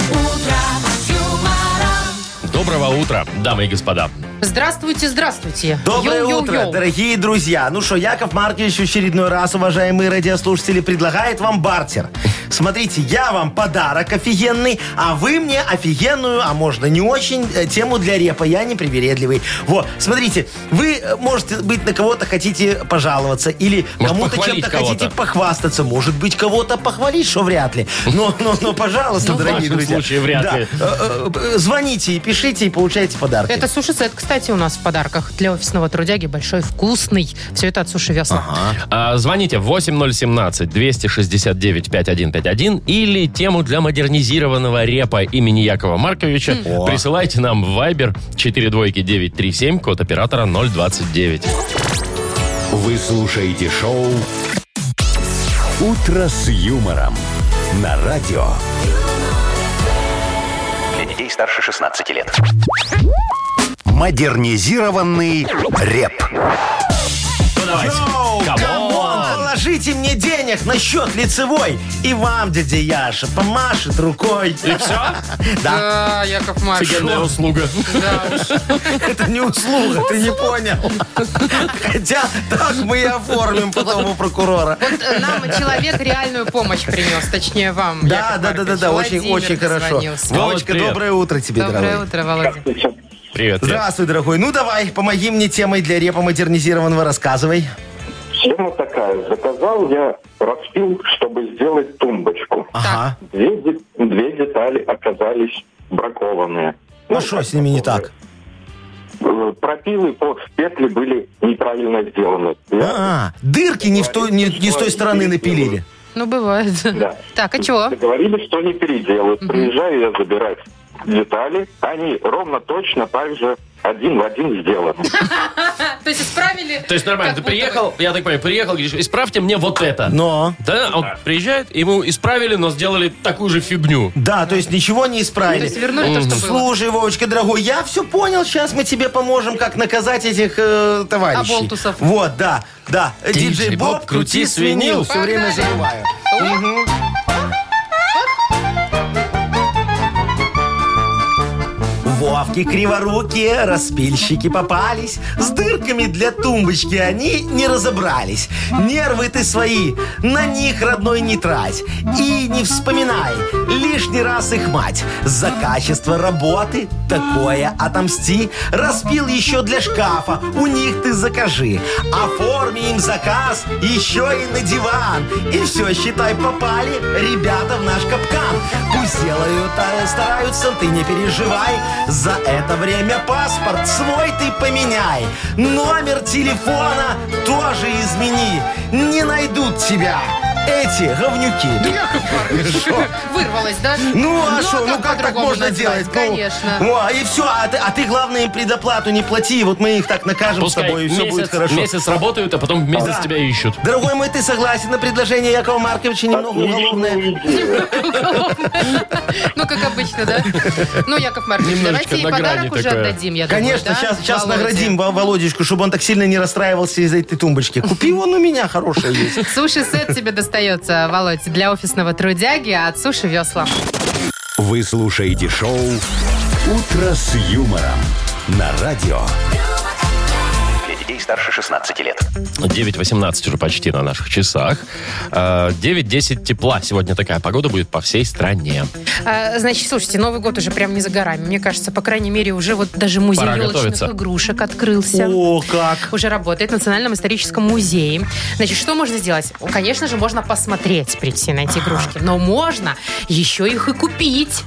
Доброго утра, дамы и господа.
Здравствуйте, здравствуйте.
Доброе
Йоу-йоу-йоу.
утро, дорогие друзья. Ну что, Яков Маркович в очередной раз, уважаемые радиослушатели, предлагает вам бартер. Смотрите, я вам подарок офигенный, а вы мне офигенную, а можно не очень, э, тему для репа. Я непривередливый. Вот, смотрите, вы, э, может быть, на кого-то хотите пожаловаться или
Может,
кому-то
похвалить
чем-то
кого-то.
хотите похвастаться. Может быть, кого-то похвалить, что вряд ли. Но, но, но, пожалуйста,
Ну, в
дорогие
вашем
друзья.
случае вряд
Да.
ли.
Э, э, э, Звоните и пишите, и получайте подарки.
Это суши-сет, кстати, у нас в подарках для офисного трудяги. Большой, вкусный. Все это от суши весла.
А, Звоните 8017-269-5151 или тему для модернизированного репа имени Якова Марковича
Хм.
присылайте нам в Viber 42937, код оператора 029.
Вы слушаете шоу «Утро с юмором» на радио.
Для детей старше 16 лет.
Модернизированный реп.
Ну, давайте.
Йоу,
Камон.
камон, положите мне денег на счет лицевой. И вам, дядя Яша, помашет рукой.
И все?
Да,
Да, Яков Маркович.
Офигенная услуга.
Да уж.
это не услуга, ты не понял. Хотя так мы и оформим потом у прокурора.
Вот э, нам человек реальную помощь принес, точнее вам,
Да,
Яков
да, да, да, да,
Маркович.
очень, очень
Владимир
хорошо.
дозвонился.
Вовочка,
привет.
доброе утро тебе,
Доброе
дорогой.
утро, Володя.
Привет. привет.
Здравствуй, дорогой. Ну давай, помоги мне темой для репа модернизированного, рассказывай.
Тема такая. Заказал я распил, чтобы сделать тумбочку.
Ага.
Две, де- две детали оказались бракованные.
Ну что с ними не так?
Э, Пропилы по петли были неправильно сделаны. Я
А, дырки не, в той- не- не с той стороны напилили.
Ну, бывает.
Да.
Так, а чего?
Договорились, что не переделают. Приезжаю я забирать детали. Они ровно точно так же один в один сделаны.
То есть исправили?
То есть нормально, ты
как будто бы.
приехал, я так понимаю, приехал, говоришь, исправьте мне вот это.
Но.
Да, а он приезжает, ему исправили, но сделали такую же фигню.
Да, то есть ничего не
Ну, То
исправили.
есть вернули то, что было.
Слушай, Вовочка, дорогой, я все понял. Сейчас мы тебе поможем, как наказать этих э, товарищей.
Оболтусов.
Вот, да, да. Диджей Боб, крути свинил. Все
Погнали.
время забываю. Вовки криворукие, распильщики попались. С дырками для тумбочки они не разобрались. Нервы ты свои, на них, родной, не трать. И не вспоминай, лишний раз их мать. За качество работы такое отомсти. Распил еще для шкафа, у них ты закажи. Оформи им заказ, еще и на диван. И все, считай, попали ребята в наш капкан. Пусть делают, а стараются, ты не переживай. За это время паспорт свой ты поменяй. Номер телефона тоже измени. Не найдут тебя эти говнюки.
Яков Маркович, вырвалось, да?
Ну а что, ну как так
по-другому
можно
назвать?
делать? Ну,
Конечно.
о, и все, а ты, а ты, главное им предоплату не плати, вот мы их так накажем с тобой, и все
месяц,
будет хорошо.
месяц работают, а потом месяц
Да.
тебя ищут.
Дорогой мой, ты согласен на предложение Якова Марковича немного уголовное?
Ну, как обычно, да? Ну, Яков Маркович,
Немножечко
давайте и
на грани
подарок уже
такое.
отдадим, я думаю,
Конечно,
да,
сейчас, сейчас
Володе?
наградим Во- Володечку, чтобы он так сильно не расстраивался из-за этой тумбочки. Купи он у меня, хорошая есть.
Суши-сет тебе достается, Володь, для офисного трудяги а от суши-весла.
Вы слушаете шоу «Утро с юмором» на радио.
Для детей детей старше 16 лет.
9.18 уже почти на наших часах. Э, 9.10 тепла. Сегодня такая погода будет по всей стране.
А, Значит, слушайте, Новый год уже прям не за горами. Мне кажется, по крайней мере, уже вот даже музей
Пора
елочных
готовиться.
игрушек открылся.
О, как!
Уже работает в Национальном историческом музее. Значит, что можно сделать? Конечно же, можно посмотреть, прийти на эти игрушки. Но можно еще их и купить.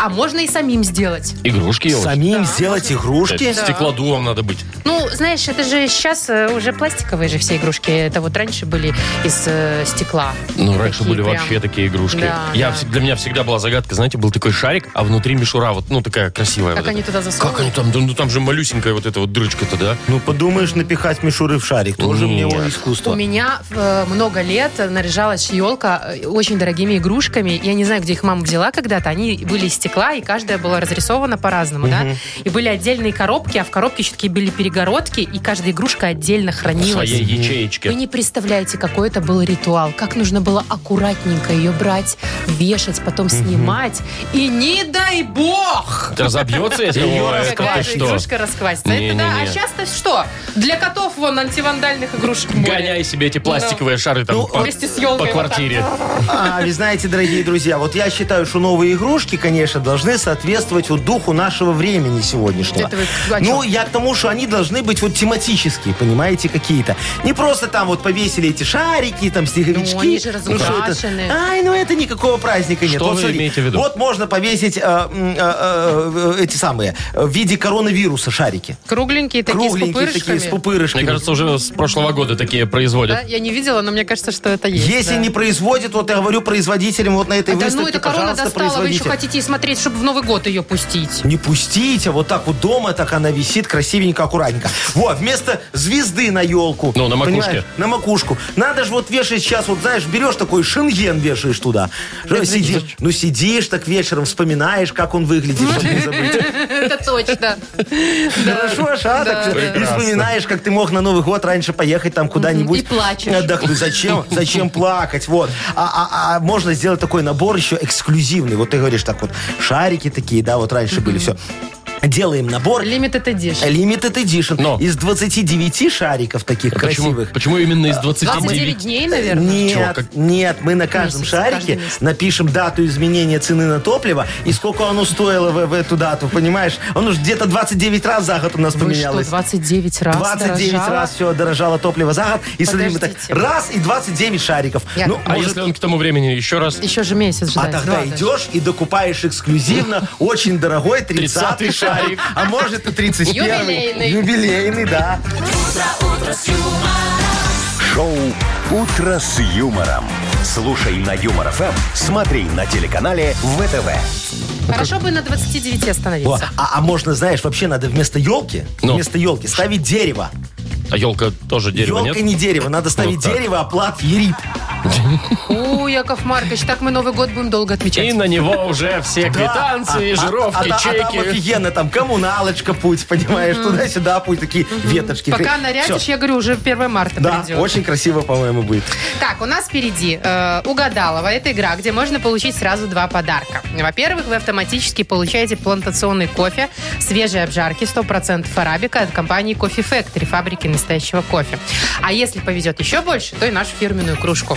А можно и самим сделать.
Игрушки елочные.
Самим сделать игрушки?
Это Стеклодувом надо быть.
Ну, знаешь, это же сейчас э, уже пластиковые же все игрушки. Это вот раньше были из э, стекла.
Ну, раньше
Такие
были
прям.
вообще такие игрушки.
Да,
я,
да.
всег- Для меня всегда была загадка, знаете, был такой шарик, а внутри мишура, вот, ну, такая красивая.
Как
вот
они
эта.
туда
Как они
засовывают?
там, да, ну, там же малюсенькая вот эта вот дырочка-то, да?
Ну, подумаешь, напихать мишуры в шарик. Тоже мне
Нет.
он
У
искусство.
меня э, много лет наряжалась елка э, очень дорогими игрушками. Я не знаю, где их мама взяла когда-то. Они были из стекла, и каждая была разрисована по-разному, да? И были отдельные коробки, а в коробке еще такие были перегородки, и каждая игрушка отдельно
В
хранилась.
своей ячеечке.
Вы не представляете, какой это был ритуал. Как нужно было аккуратненько ее брать, вешать, потом снимать. И не дай бог!
Это Разобьется, если
Её
Ой,
раскладывают,
это ты
Какая
что?
игрушка расквасится. Это
Не-не-не.
да. А сейчас-то что? Для котов вон антивандальных игрушек море.
Гоняй себе эти пластиковые шары там
Ну,
по,
вместе с ёлкой
по
вот так.
квартире.
А, вы знаете, дорогие друзья, вот я считаю, что новые игрушки, конечно, должны соответствовать вот духу нашего времени сегодняшнего.
Это вы о чем?
ну, я к тому, что они должны быть вот тематические, понимаете, какие-то. Не просто там вот повесили эти шарики, там снеговички.
Ну, они же
что это?
разукрашены.
Ай, ну это никакого праздника нет.
Что
вот,
вы
смотри,
имеете в виду?
Вот можно повесить э, м, э, э, э, эти самые, э, в виде коронавируса шарики.
Кругленькие такие с
Кругленькие такие,
пупырышками.
с пупырышками.
Мне кажется, уже с прошлого года такие
Да,
производят.
я не видела, но мне кажется, что это есть.
Если
да.
не производит, вот я говорю производителям вот на этой
Да ну,
выставке,
эта корона
пожалуйста,
достала, вы еще
производитель.
хотите и смотреть, чтобы в Новый год ее пустить.
Не пустите, вот так вот дома, так она висит красивенько, аккуратненько. Вот, вместо звезды на елку.
Ну, на макушке.
На макушку. Надо же вот вешать сейчас, вот знаешь, берешь такой шенген вешаешь туда. Ж- Сидишь, ну, сидишь так вечером, вспоминаешь, как он выглядит, чтобы не забыть.
Это точно.
Хорошо, Ша, так же. и вспоминаешь, как ты мог на Новый год раньше поехать там куда-нибудь.
И плачешь.
Отдохнуть. Зачем? Зачем плакать? Вот. А, а- а можно сделать такой набор еще эксклюзивный. Вот ты говоришь так вот, шарики такие, да, вот раньше были, все. Делаем набор.
Limited Edition.
Limited Edition.
Но. А
Из 29 шариков таких
Почему,
красивых.
почему именно из 29?
29 дней, наверное.
Чё,
Нет,
как-
нет, мы на каждом
Месяц, каждый
шарике
месяц.
напишем дату изменения цены на топливо и сколько оно стоило в, в эту дату, понимаешь? Он уже где-то 29 раз за год у нас
Вы что,
поменялось.
29 раз
29
дорожало?
раз все дорожало топливо за год. И смотри, мы так
Подождите.
раз и 29 шариков.
Яков
Ну,
А
может,
если он к тому времени еще раз?
Еще же месяц
а
ждать.
тогда
два даже.
идешь и докупаешь эксклюзивно очень дорогой 30-й шарик. А может и 31-й.
Юбилейный.
Юбилейный, да.
Шоу «Утро с юмором». Слушай на Юмор ФМ, смотри на телеканале ВТВ.
Хорошо бы на 29
Во,
остановиться.
А, а можно, знаешь, вообще надо вместо елки,
Ну.
вместо елки ставить дерево.
А елка тоже дерево,
Елка
нет? Ну
не дерево, надо ставить
так.
дерево, а плат ерип.
У, Яков Маркович, так мы Новый год будем долго
И
отмечать.
на него уже все квитанции,
А- а- а
жировки,
та- а там
чеки.
офигенно, там коммуналочка путь, понимаешь, туда-сюда путь, такие веточки.
Пока
Всё.
нарядишь, я говорю, уже 1 марта
Да,
придет.
очень красиво, по-моему, будет.
Так, у нас впереди э, угадалова. Это игра, где можно получить сразу два подарка. Во-первых, вы автоматически получаете плантационный кофе свежей обжарки 100% арабика от компании Coffee Factory, фабрики настоящего кофе. А если повезет еще больше, то и нашу фирменную кружку.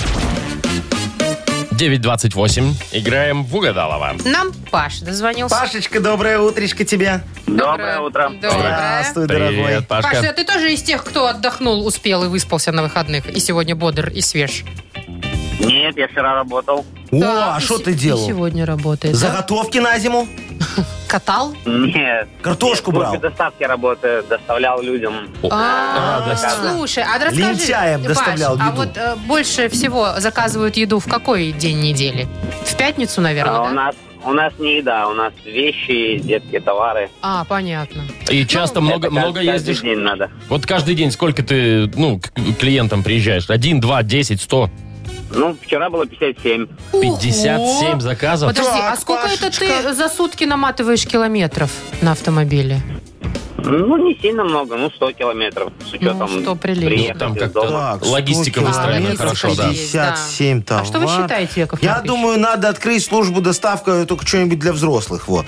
928. Играем в Угадалова.
Нам Паша дозвонился.
Пашечка, доброе утречко тебе.
Доброе утро.
Доброе.
Здравствуй, дорогой.
Привет, Пашка.
Паша, а ты тоже из тех, кто отдохнул, успел и выспался на выходных, и сегодня бодр и свеж?
Нет, я вчера работал.
О,
Да,
а
и
что
се-
ты
и
делал?
сегодня работает. да?
Заготовки на зиму?
Катал?
Нет.
Картошку
Я в
брал?
службе доставки работаю, доставлял людям.
радость.
Слушай, а расскажи,
Лентяям
Паш,
доставлял
а
еду.
вот э, больше всего заказывают еду в какой день недели? В пятницу, наверное,
А
да?
у нас у нас не еда, у нас вещи, детские товары.
А, понятно.
И часто много,
Ну, Это
много
каждый
ездишь.
день надо.
Вот каждый день сколько ты ну, к клиентам приезжаешь? Один, два, десять, сто,
Ну, вчера было 57.
пятьдесят семь
Ого!
заказов.
Подожди, а
Так,
сколько это
Пашечка.
ты за сутки наматываешь километров на автомобиле?
Ну, не сильно много, ну, 100 километров. С учетом
Ну, что прилично.
приехать
Ну, Там
из
как-то
дома.
Так, логистика выстроена хорошо, да.
57
А что вы считаете, Яков
Я
Маркович?
думаю, надо открыть службу доставка только что-нибудь для взрослых. Вот.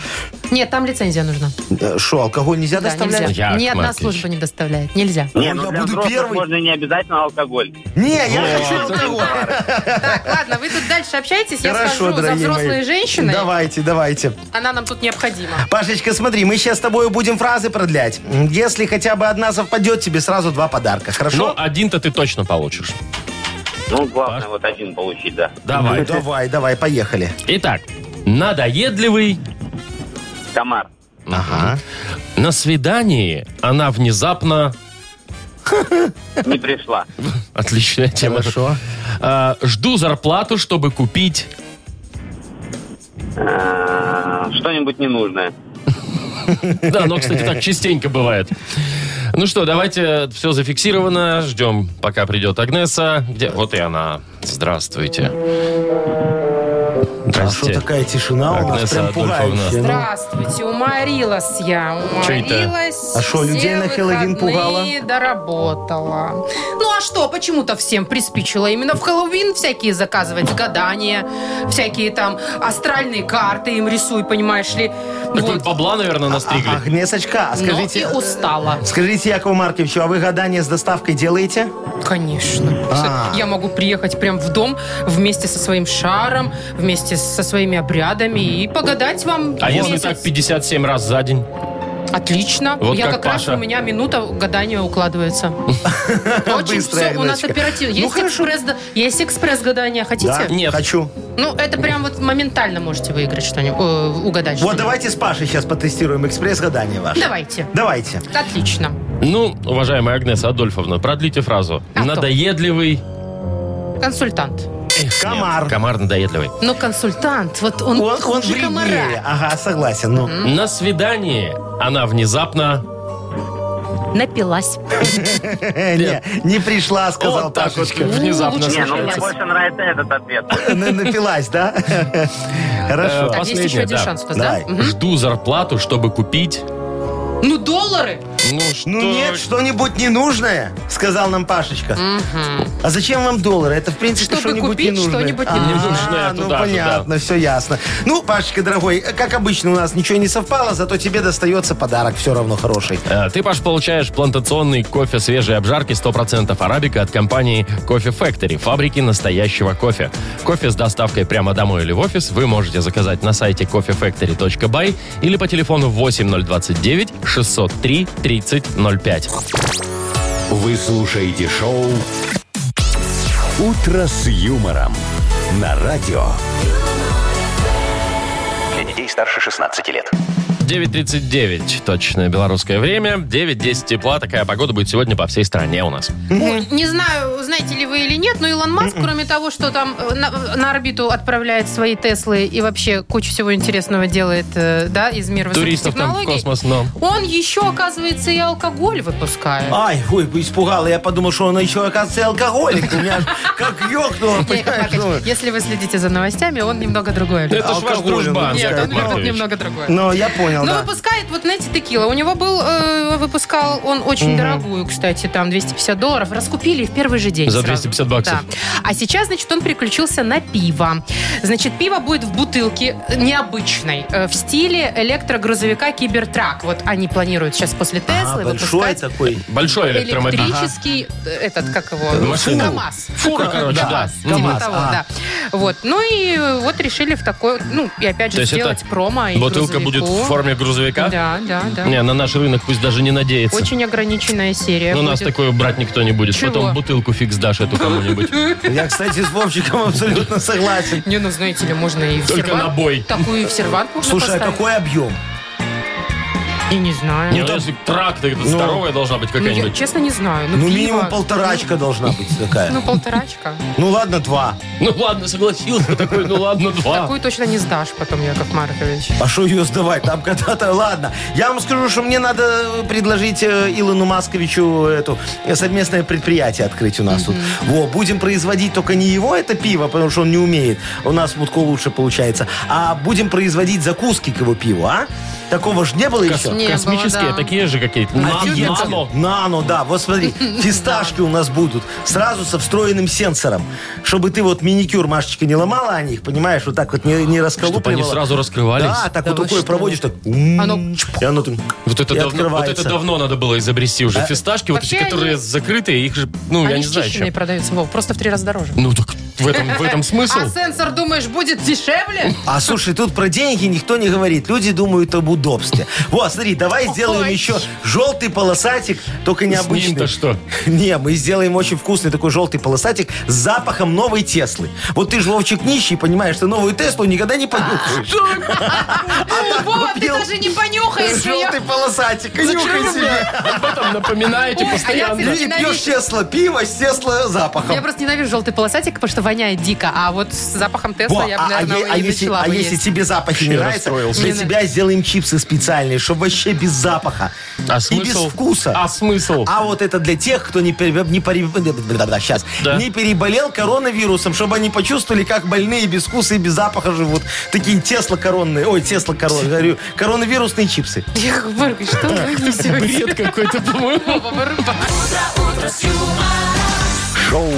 Нет, там лицензия нужна.
Э, Шо, алкоголь нельзя
Да,
доставлять?
нельзя.
Яков
Ни одна
Маркович.
служба не доставляет. Нельзя.
Не,
Ой,
ну
я
для
буду
взрослых
первый.
можно не обязательно алкоголь.
Не, я хочу алкоголь.
Так, ладно, вы тут дальше общаетесь. Я
Хорошо,
схожу за
дорогие
взрослой
мои.
женщиной.
Давайте, давайте.
Она нам тут необходима.
Пашечка, смотри, мы сейчас с тобой будем фразы продлять. М, Если хотя бы одна совпадет, тебе сразу два подарка,
Ну,
хорошо?
один-то ты точно получишь.
Ну, главное, вот один получить, да.
Давай.
Давай, давай, поехали.
Итак, надоедливый.
Комар.
Ага.
На свидании она внезапно...
Не пришла.
Отличная тема.
Хорошо.
А, жду зарплату, чтобы купить...
Э, Что-нибудь ненужное.
Да, но, кстати, так частенько бывает. Ну что, давайте, все зафиксировано. Ждем, пока придет Агнеса. Где? Вот и она. Здравствуйте.
А что
Здрасте.
такая тишина у нас?
Агнеса
Прям
Адольфовна.
пугающая. ну.
Здравствуйте, уморилась я.
Чё это?
Уморилась.
А шо, людей
все
на Хэллоуин
выходные доработала. Ну а что, почему-то всем приспичило именно в Хэллоуин всякие заказывать, гадания, всякие там астральные карты им рисуй, понимаешь ли.
Так вы
Вот.
бабла, наверное,
А,
настригли.
Агнесочка, а
Ну,
скажите...
и устала.
Скажите, Якову Марковичу, а вы гадание с доставкой делаете?
Конечно.
А.
Я могу приехать прям в дом вместе со своим шаром, вместе со своими обрядами и погадать вам.
А если
месяц.
так 57 раз за день?
Отлично.
Вот
я
как
как, раз
Паша.
у меня минута гадания укладывается. Очень
Быстрая
все у нас
Агнесочка.
оперативно.
Ну,
Есть
хорошо.
экспресс, да- есть экспресс гадания,
Да,
хотите?
Нет.
Хочу.
Ну это прям вот моментально можете выиграть что-нибудь, э, угадать.
Вот
что-нибудь.
давайте с Пашей сейчас потестируем экспресс-гадание ваше.
Давайте.
Давайте.
Отлично.
Ну, уважаемая Агнеса Адольфовна, продлите фразу.
А то.
Надоедливый.
Консультант.
Комар.
Комар надоедливый.
Но консультант, вот он,
Он, он
хуже
вреднее.
комара.
Ага, согласен. Ну.
На свидании она внезапно...
Напилась.
Э, не, не пришла, сказал
Вот так вот
Пашечка.
внезапно.
лучше
Не, ну мне
случается.
больше нравится этот ответ.
Н- Напилась, да? Хорошо.
Э,
Так, есть еще
Последняя,
один
да.
шанс у нас, да?
Давай.
Мгм.
Жду зарплату, чтобы купить...
Ну, доллары!
Ну, что...
Ну нет, что-нибудь ненужное, сказал нам Пашечка. А зачем вам доллары? Это, в принципе,
Чтобы
что-нибудь
купить
ненужное.
что-нибудь
А,
ненужное
Ну,
туда же,
понятно, все ясно. Ну, Пашечка, дорогой, как обычно, у нас ничего не совпало, зато тебе достается подарок все равно хороший.
Э, Ты, Паш, получаешь плантационный кофе свежей обжарки 100% арабика от компании Кофе Factory, фабрики настоящего кофе. Кофе с доставкой прямо домой или в офис вы можете заказать на сайте coffeefactory.by или по телефону 8029 603 3005.
Вы слушаете шоу «Утро с юмором» на радио.
Для детей старше 16 лет.
9.39, точное белорусское время, 9.10 тепла, А такая погода будет сегодня по всей стране у нас.
Ой, Не знаю, знаете ли вы или нет, но Илон Маск, кроме того, что там э, на, на орбиту отправляет свои Теслы и вообще кучу всего интересного делает, э, да, из мира высоких
Туристов там в
технологий,
космос, но... А,
он еще, оказывается, и алкоголь выпускает.
Ай, ой, испугала. Я подумал, что он еще, оказывается, и алкоголик. У меня аж как
Не,
ёкнуло,
Яков
понимаешь?
Маркович,
ну.
если вы следите за новостями, он немного другой. любит.
Это ж ваш
Алкоголь он
дружбан,
Нет,
выпускает.
Яков
он любит
Маркович.
немного другое.
Ну, я понял,
Но
да.
выпускает, вот знаете, текила. У него был, э, выпускал он очень дорогую, кстати, там 250 долларов. Раскупили в первый же день.
За
сразу.
250 баксов.
Да. А сейчас, значит, он переключился на пиво. Значит, пиво будет в бутылке необычной, э, в стиле электрогрузовика Кибертрак. Вот они планируют сейчас после
А,
Теслы
большой
выпускать
такой.
Большой электромобиль.
электрический, э, этот, как его,
Машина.
КамАЗ.
Фура, короче, да.
КамАЗ, типа
КамАЗ,
того,
а.
да. Вот. Ну и э, вот решили в такой, ну, и опять
То
же,
есть
сделать
это
промо и
Бутылка будет
грузовику.
в форме грузовика?
Да, да, да.
Не, на наш рынок пусть даже не надеется.
Очень ограниченная серия.
Но Ну, нас
будет.
такое брать никто не будет.
Чего? Ну,
Потом бутылку фикс дашь эту кому-нибудь.
Я, кстати, с Вовчиком абсолютно согласен.
Не, ну знаете ли, можно и в
Только
сервант.
на бой.
Такую и в сервант можно
Слушай, а
поставить.
какой объем?
Я не знаю.
Не, ну если тракт, это здоровая должна быть
Ну, я,
какая-нибудь.
честно, не знаю. Ну,
Ну,
пиво.
минимум полторачка должна быть
Ну,
такая.
полторачка.
Ну, ладно, два.
Ну ладно, согласился такой, ну ладно, два.
Такую точно не сдашь потом, Яков Маркович.
Ну,
А что ее сдавать? Там когда-то... Ладно. Я вам скажу, что мне надо предложить э, Илону Масковичу эту э, совместное предприятие открыть у нас тут. Во, будем производить только не его это пиво, потому что он не умеет. У нас Мутко лучше получается. А будем производить закуски к его пиву, а? Такого же не было еще.
Не было,
Космические,
да.
такие же какие-то.
А
Нано.
тебе-
Нано.
Нано, да. Вот смотри, фисташки у нас будут сразу со встроенным сенсором. Чтобы ты вот миникюр, Машечка, не ломала о них, понимаешь, вот так вот не, не
Чтобы
расколупливала.
они сразу раскрывались.
Да, так
Да
вот
вы
рукой
что?
проводишь, так... м,
Оно чпок.
И оно там...
Вот это,
И
давно, вот
открывается. А
это давно надо было изобрести уже. Фисташки, вот эти,
вообще
которые
они-
закрытые, их же, ну, я
Они
не знаю,
счищенные
чем.
продаются, Вов, просто в три раза дороже.
Ну, так в этом, в этом смысл.
А сенсор, думаешь, будет дешевле?
А слушай, тут про деньги никто не говорит. Люди думают об удобстве. Вот, смотри, давай сделаем
Ой.
еще желтый полосатик, только
С ним-то
необычный.
что?
Не, мы сделаем очень вкусный такой желтый полосатик с запахом новой Теслы. Вот ты же, Вовчик, нищий, понимаешь, ты новую Теслу никогда не понюхаешь.
А
Вова, ты
купил.
даже не понюхаешь
Желтый
ее.
полосатик, и нюхай себе.
Об этом напоминаете
Ой, а я
постоянно.
всегда-
И пьешь Тесла пиво с Тесла
Я
запахом.
просто ненавижу желтый полосатик, потому что воняет дико. А вот с запахом Тесла
Во,
я бы,
а, а
наверное,
е- а
и
если,
начала
а
бы
если
есть.
тебе запахи не
Вообще
нравятся,
расстроился.
для
Не, ну
тебя сделаем чипсы специальные, чтобы вообще без запаха.
А
И без
смысл?
вкуса.
А смысл?
А вот это для тех, кто не, пере- не, э, пере- щас.
Да.
не переболел коронавирусом, чтобы они почувствовали, как больные без вкуса и без запаха живут. Такие тесло-коронные, ой, тесло-коронные, говорю, коронавирусные чипсы.
Яков Маркович, что вы несете?
Бред какой-то, по-моему.
Вова, вы рыба.
Шоу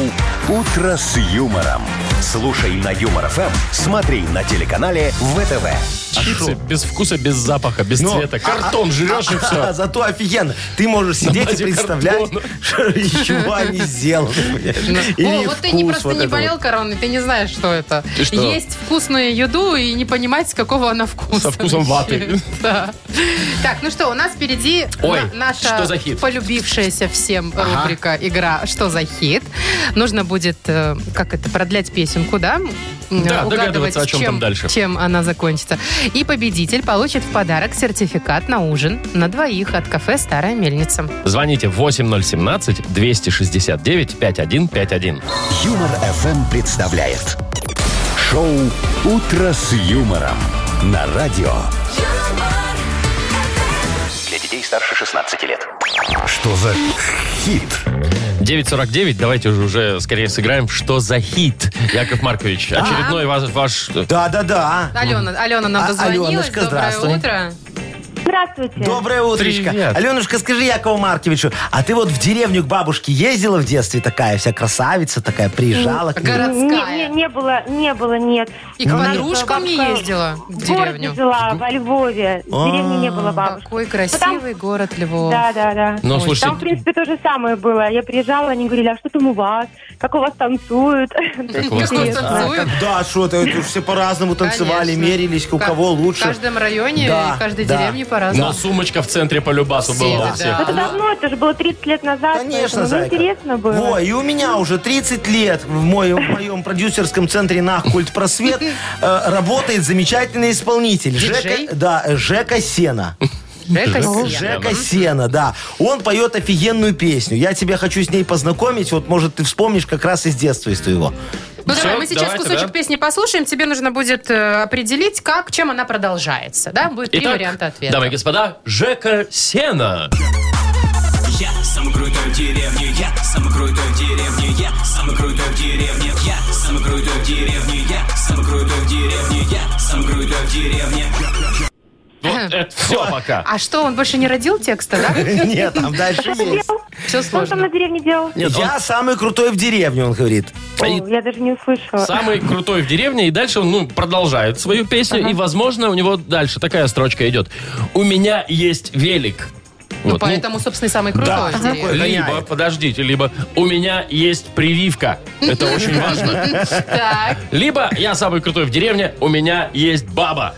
«Утро с юмором». Слушай на Юмор ФМ, смотри на телеканале ВТВ.
Чипсы А без вкуса, без запаха, без
Ну,
цвета. Картон жрешь и
А
все.
зато офигенно. Ты можешь сидеть и
базе
представлять,
картона.
что из чего они сделаны.
Ну, О,
Или
вот ты не
вкус
просто
вот
не
это
болел короной, ты не знаешь, что это.
Ты что?
Есть вкусную еду и не понимать, с какого она вкуса.
Со вкусом
вообще.
ваты.
Да. Так, ну что, у нас впереди
Ой,
на- наша
что за хит?
полюбившаяся всем рубрика «Игра. Что за хит?». Нужно будет, э, как это, продлять песенку, да? М,
Да,
Угадывать,
догадываться, о чем там дальше.
Чем она закончится. И победитель получит в подарок сертификат на ужин на двоих от кафе «Старая мельница».
Звоните 8017-269-5151.
Юмор ФМ представляет. Шоу «Утро с юмором» на радио.
юмор,
Для детей старше 16 лет.
Что за хит?
9.49, давайте уже, уже скорее сыграем в «Что за хит?». Яков Маркович,
А.
очередной ваш... ваш- э,
Да, да, да.
Алена, Алена нам
А,
дозвонилась.
Аленушка,
Доброе
здравствуй.
утро.
Здравствуйте.
Доброе утречко.
Привет.
Аленушка, скажи Якову Марковичу, а ты вот в деревню к бабушке ездила в детстве такая вся красавица такая, приезжала к ней?
Не, не,
Городская.
не было, не было, нет.
И к
Ну,
У нас
подружкам не
бабка
ездила в
В городе
деревню.
жила, во Львове.
А.
В деревне не было бабушки.
Какой Ну, красивый город Львов.
Да, да, да.
Ну,
Ой,
слушайте-
Там, в принципе, то же самое было. Я приезжала, они говорили, а что там у вас? Как у вас танцуют?
Как у вас
Как у вас
танцуют?
А,
танцуют.
как- да, что ты, это все по-разному танцевали,
Конечно.
мерились, у
Ка-
кого
В
лучше.
каждом районе
Да,
и в каждой
да.
деревне по-разному.
Но сумочка в центре по любасу
Все,
была у
да.
всех.
Это давно, это же было 30 лет назад.
Конечно,
поэтому, ну,
зайка.
интересно было.
Во, и у меня уже 30 лет в, мой- в моем продюсерском центре «Нах Культ Просвет» э, работает замечательный исполнитель.
Диджей?
Жека, да, э, Жека Сена.
Жека Сия.
Жека Сена, да. Он поет офигенную песню. Я тебя хочу с ней познакомить. Вот, может, ты вспомнишь как раз из детства из твоего.
Ну давай,
Всё,
мы сейчас
давайте,
кусочек
да.
песни послушаем. Тебе нужно будет э, определить, как, чем она продолжается. Да, будет три
Итак,
варианта ответа.
дамы и господа, Жека Сена.
Я самый крутой в деревне, я самый крутой в деревне, я самый крутой в деревне, я самый крутой в деревне, я самый крутой в деревне, я самый крутой в деревне.
Вот это все пока.
А что, он больше не родил текста, да?
Нет, там дальше есть.
Все
Что
ну.
он там
сложно.
на деревне делал?
Нет, он
Я самый крутой в деревне, он говорит.
и-
О, Я даже не услышала.
самый крутой в деревне, и дальше он ну, продолжает свою песню, и, возможно, у него дальше такая строчка идет. «У меня есть велик». Вот,
Ну, поэтому, собственно, и самый
Да,
крутой. в
такой.
деревне.
Либо,
гоняет.
подождите, либо «У меня есть прививка». Это очень важно.
Так.
Либо «Я самый крутой в деревне, у меня есть баба».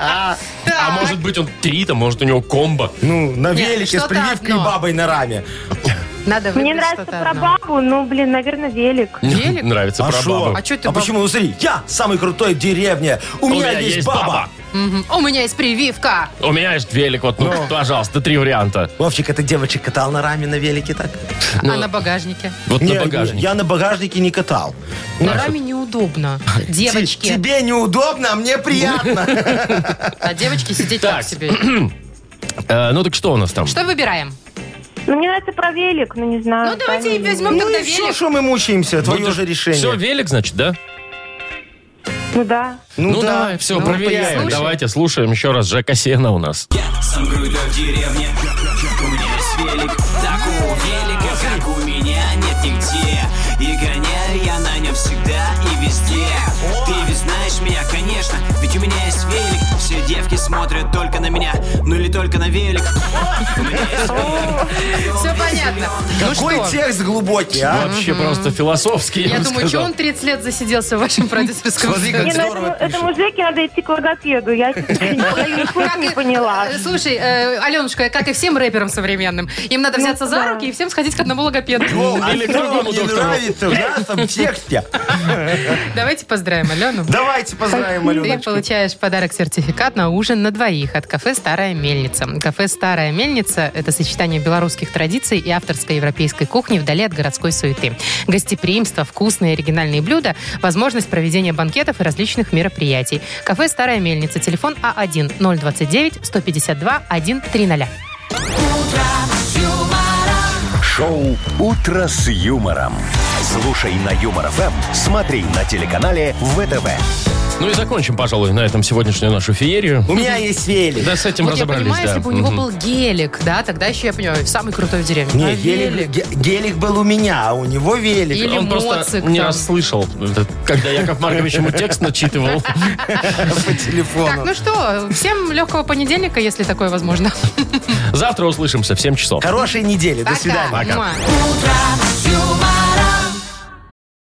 А может быть, он три, там, может, у него комбо.
Ну, на
Нет,
велике с
что-то
прививкой и
одно.
бабой на раме.
Надо
Мне
выбрать
нравится
что-то
про
одно.
бабу, но, блин, наверное, велик.
Велик?
Нравится про
шо?
бабу.
А чё ты
а
баб-
почему? Ну, смотри, я самый крутой в деревне. У, меня, есть, баба.
Мгм. У меня есть прививка.
У меня есть велик, вот, ну, пожалуйста, три варианта.
Вовчик, это девочек катал на раме на велике так? Ну.
А на багажнике?
Вот
Не,
на багажник.
Я на багажнике не катал.
На раме неудобно.
Т-
Девочки. Ну,
Тебе неудобно, а мне приятно.
А девочки сидеть
Так.
так себе.
Э, ну так что у нас там?
Что выбираем?
Ну, мне нравится про велик, но не знаю.
Ну, давайте
правильно
и
ли.
возьмем
Ну
тогда
и все,
велик.
что мы мучаемся, твое же решение.
Все, велик, значит, да?
Ну да.
Ну, да, все,
Ну,
проверяем.
послушай.
Давайте слушаем еще раз Жека Сена у нас.
Я сам крутой в деревне У меня есть велик Такого велика, как у меня нет нигде И гоняю я на нем всегда и везде Ты ведь знаешь меня, конечно Ведь у меня есть велик Все девки смотрят только на меня Ну или только на велик У меня есть велик.
Все понятно. Ну
Какой
что,
текст глубокий, а?
Вообще просто философский, я,
я
бы
думаю, что
сказал.
он 30 лет засиделся в вашем продюсерском
Смотри, как
Не, ну этому,
здорово
этому Жеке надо идти к логопеду. Я
Как
ничего
и-
не поняла.
э, Слушай, э, Аленушка, как и всем рэперам современным, им надо взяться за
да.
руки и всем сходить к одному логопеду.
а
Или к другому
не
доктору.
нравится в нашем тексте.
Давайте поздравим Алену.
Давайте поздравим
Ну Ты
Алену.
получаешь в подарок сертификат на ужин на двоих от кафе «Старая мельница». Кафе «Старая мельница» — это сочетание белорусских традиций и авторской европейской кухни вдали от городской суеты. Гостеприимство, вкусные оригинальные блюда, возможность проведения банкетов и различных мероприятий. Кафе «Старая мельница», телефон А А1-029-152-130.
Шоу «Утро с юмором». Слушай на Юмор ФМ, смотри на телеканале ВТВ.
Ну и закончим, пожалуй, на этом сегодняшнюю нашу феерию.
У меня есть велик.
Да, с этим
Вот я
разобрались,
понимаю,
да.
если бы у него
Мгм.
был гелик, да, тогда еще я понимаю, самый крутой в деревне.
Не,
А
гелик, ге- гелик был у меня, а у него велик.
Или
Он просто
моцик
не
там.
расслышал, это, когда Яков Маркович ему текст начитывал.
по телефону.
Так, ну что, всем легкого понедельника, если такое возможно.
Завтра услышимся в 7 часов.
Хорошей недели. До свидания.
Пока. Муа.
Юмор.